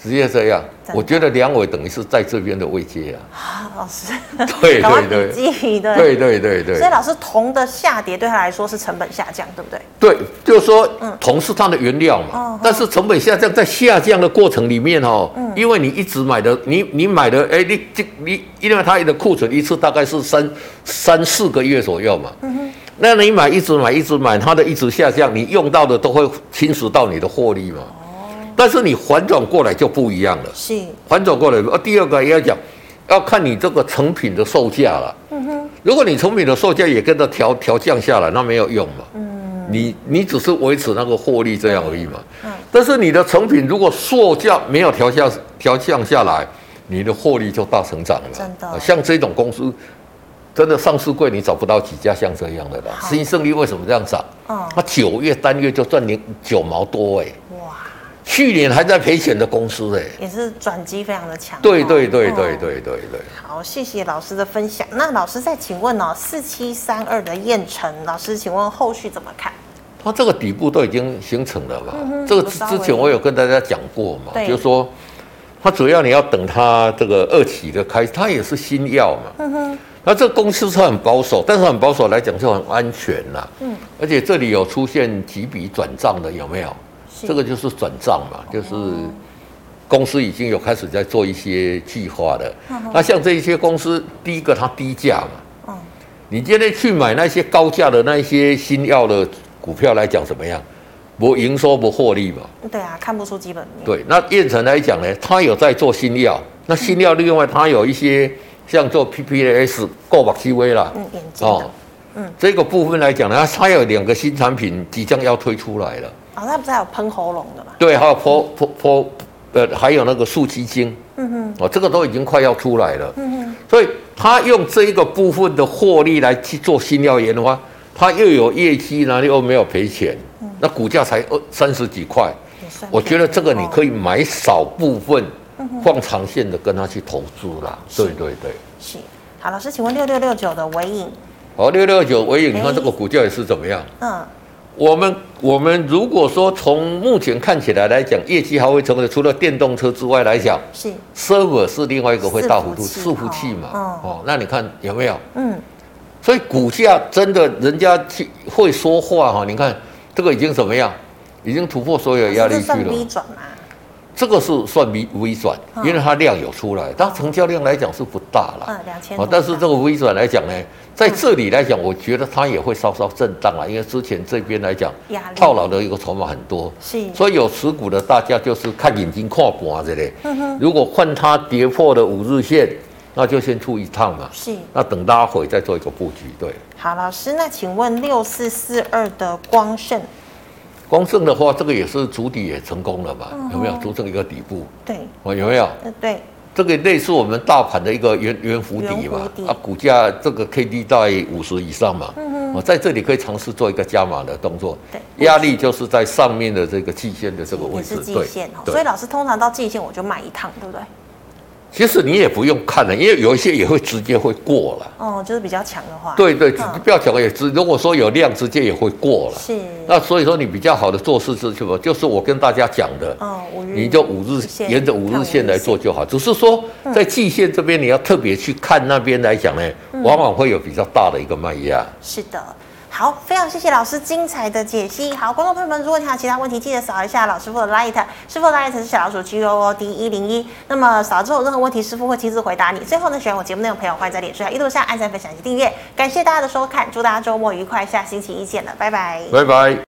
Speaker 2: 直接这样
Speaker 1: 真？的
Speaker 2: 我觉得梁伟等于是在这边的位 阶啊。
Speaker 1: 老师，
Speaker 2: 对
Speaker 1: 赶快
Speaker 2: 对
Speaker 1: 笔记，对
Speaker 2: 对对对
Speaker 1: 所以
Speaker 2: 对
Speaker 1: 老师，铜的下跌对他来说是成本下降，对不对？
Speaker 2: 对，就是说
Speaker 1: 嗯
Speaker 2: 铜是它的原料
Speaker 1: 哦哦
Speaker 2: 嘛，但是成本下降，在下降的过程里面哦，
Speaker 1: 嗯
Speaker 2: 因为你一直买的，你你买的，哎，你这你因为它的库存一次大概是三三四个月左右嘛，
Speaker 1: 嗯
Speaker 2: 那你买一直买一直买，它的一直下降，你用到的都会侵蚀到你的获利嘛，
Speaker 1: 哦
Speaker 2: 但是你反转过来就不一样了。
Speaker 1: 是，
Speaker 2: 反转过来。呃，第二个也要讲，要看你这个成品的售价了。嗯哼，如果你成品的售价也跟着调调降下来，那没有用嘛。嗯，你你只是维持那个获利这样而已嘛。
Speaker 1: 嗯
Speaker 2: 但是你的成品如果售价没有调下调降下来，你的获利就大成长了。
Speaker 1: 真的
Speaker 2: 呃像这种公司。真的上市柜你找不到几家像这样的了。
Speaker 1: 好
Speaker 2: 新胜利为什么这样涨？
Speaker 1: 嗯，
Speaker 2: 它九月单月就赚零九毛多哎、
Speaker 1: 哇，
Speaker 2: 去年还在赔钱的公司哎、
Speaker 1: 也是转机非常的强。哦
Speaker 2: 对对对对。
Speaker 1: 嗯
Speaker 2: 对对对。
Speaker 1: 好，谢谢老师的分享。那老师再请问哦，四七三二的燕城，老师请问后续怎么看？
Speaker 2: 它这个底部都已经形成了嘛？
Speaker 1: 嗯哼
Speaker 2: 这个
Speaker 1: 有
Speaker 2: 之
Speaker 1: 稍微
Speaker 2: 之前我有跟大家讲过嘛，
Speaker 1: 对
Speaker 2: 就是说它主要你要等它这个二期的开，它也是新药嘛。那这个公司是很保守，但是很保守来讲就很安全啦、
Speaker 1: 嗯，
Speaker 2: 而且这里有出现几笔转账的，有没有？
Speaker 1: 是哦
Speaker 2: 这个就是转账嘛，就是公司已经有开始在做一些计划了。那像这一些公司，第一个它低价嘛，
Speaker 1: 嗯，
Speaker 2: 你今天去买那些高价的那一些新药的股票来讲怎么样？不营收不获利嘛？
Speaker 1: 对啊，看不出基本面。
Speaker 2: 对，那燕城来讲呢，它有在做新药，那新药另外它有一些像做 PPS 购买机微啦，
Speaker 1: 嗯，眼睛的。哦，嗯
Speaker 2: 这个部分来讲呢，它有两个新产品即将要推出来了，
Speaker 1: 哦那不是还有喷喉咙的吗？
Speaker 2: 对，还有泼泼泼，呃，还有那个素鸡精，
Speaker 1: 嗯哼，
Speaker 2: 哦，这个都已经快要出来了，
Speaker 1: 嗯哼，
Speaker 2: 所以他用这一个部分的获利来去做新药研发，他又有业绩，然后又没有赔钱，
Speaker 1: 嗯
Speaker 2: 那股价才二三十几块，
Speaker 1: 也算。
Speaker 2: 我觉得这个你可
Speaker 1: 以。
Speaker 2: 以买少部分，放长线的跟他去投资啦。
Speaker 1: 嗯是
Speaker 2: 对对对，
Speaker 1: 哦是。好，老师，请问六六六九的尾影，
Speaker 2: 好，六六九伟影，你
Speaker 1: 哎
Speaker 2: 看这个股价也是怎么样？
Speaker 1: 嗯，
Speaker 2: 我们我们如果说从目前看起来来讲，业绩还会成为除了电动车之外来讲
Speaker 1: 是，
Speaker 2: ，server 是另外一个会大幅度
Speaker 1: 伺
Speaker 2: 伺
Speaker 1: 服
Speaker 2: 服
Speaker 1: 器
Speaker 2: 器嘛？
Speaker 1: 哦嗯
Speaker 2: 哦，那你看有没有？
Speaker 1: 嗯，
Speaker 2: 所以股价真的，人家去会说话哈、你看这个已经怎么样？已经突破所有压
Speaker 1: 老师这
Speaker 2: 力区
Speaker 1: 算
Speaker 2: 了。
Speaker 1: V 转嘛？
Speaker 2: 这个是算微微转，
Speaker 1: 嗯
Speaker 2: 因为它量有出来，但成交量来讲是不大啦。
Speaker 1: 嗯，两千
Speaker 2: 哦
Speaker 1: 多。，
Speaker 2: 但是这个微转来讲呢，
Speaker 1: 嗯
Speaker 2: 在这里来讲，我觉得它也会稍稍震荡啊，因为之前这边来讲
Speaker 1: 压力，
Speaker 2: 套牢的一个筹码很多，
Speaker 1: 是
Speaker 2: 所以有持股的大家就是看眼睛看盘这类。
Speaker 1: 嗯哼，
Speaker 2: 如果换它跌破了五日线，那就先出一趟嘛，
Speaker 1: 是。
Speaker 2: 那等拉回再做一个布局。对，
Speaker 1: 好，老师，那请问六四四二的光盛，
Speaker 2: 光盛的话，这个也是主底也成功了嘛，
Speaker 1: 嗯
Speaker 2: 有没有？筑成一个底部，
Speaker 1: 对，
Speaker 2: 哦，有没有？
Speaker 1: 呃，对，
Speaker 2: 这个类似我们大盘的一个圆圆弧底
Speaker 1: 圆弧
Speaker 2: 嘛
Speaker 1: 底，嗯
Speaker 2: 啊，股价这个 K D 在五十以上嘛，我、在这里可以尝试做一个加码的动作，
Speaker 1: 对
Speaker 2: 压力就是在上面的这个季线的这个位
Speaker 1: 也
Speaker 2: 置，
Speaker 1: 是季
Speaker 2: 对
Speaker 1: 线哦。所以
Speaker 2: 对。
Speaker 1: 老师通常到季线我就卖一趟，对不对？
Speaker 2: 其实你也不用看了，因为有一些也会直接会过了，
Speaker 1: 哦，就是比较强的话，，
Speaker 2: 对对，
Speaker 1: 嗯
Speaker 2: 不要讲也直，如果说有量，直接也会过了。
Speaker 1: 是。
Speaker 2: 那所以说你比较好的做事是什么？就是我跟大家讲的，
Speaker 1: 哦，五日
Speaker 2: 你就五日
Speaker 1: 线
Speaker 2: 沿着五日线来嗯做
Speaker 1: 看
Speaker 2: 就好。只是说在季线这嗯边，你要特别去看那边来讲呢，往往会有比较大的一个卖压。
Speaker 1: 五日线。是的。好，非常谢谢老师精彩的解析。好，观众朋友们，如果你还有其他问题，记得扫一下老师傅的 light，师傅的 light 是小老鼠 G O O D 一零一。那么扫之后有任何问题，师傅会亲自回答你。最后呢，喜欢我节目内容的朋友，欢迎在脸书上一路上按赞、分享及订阅。感谢大家的收看，祝大家周末愉快，下星期一见了，拜拜。
Speaker 2: 拜拜。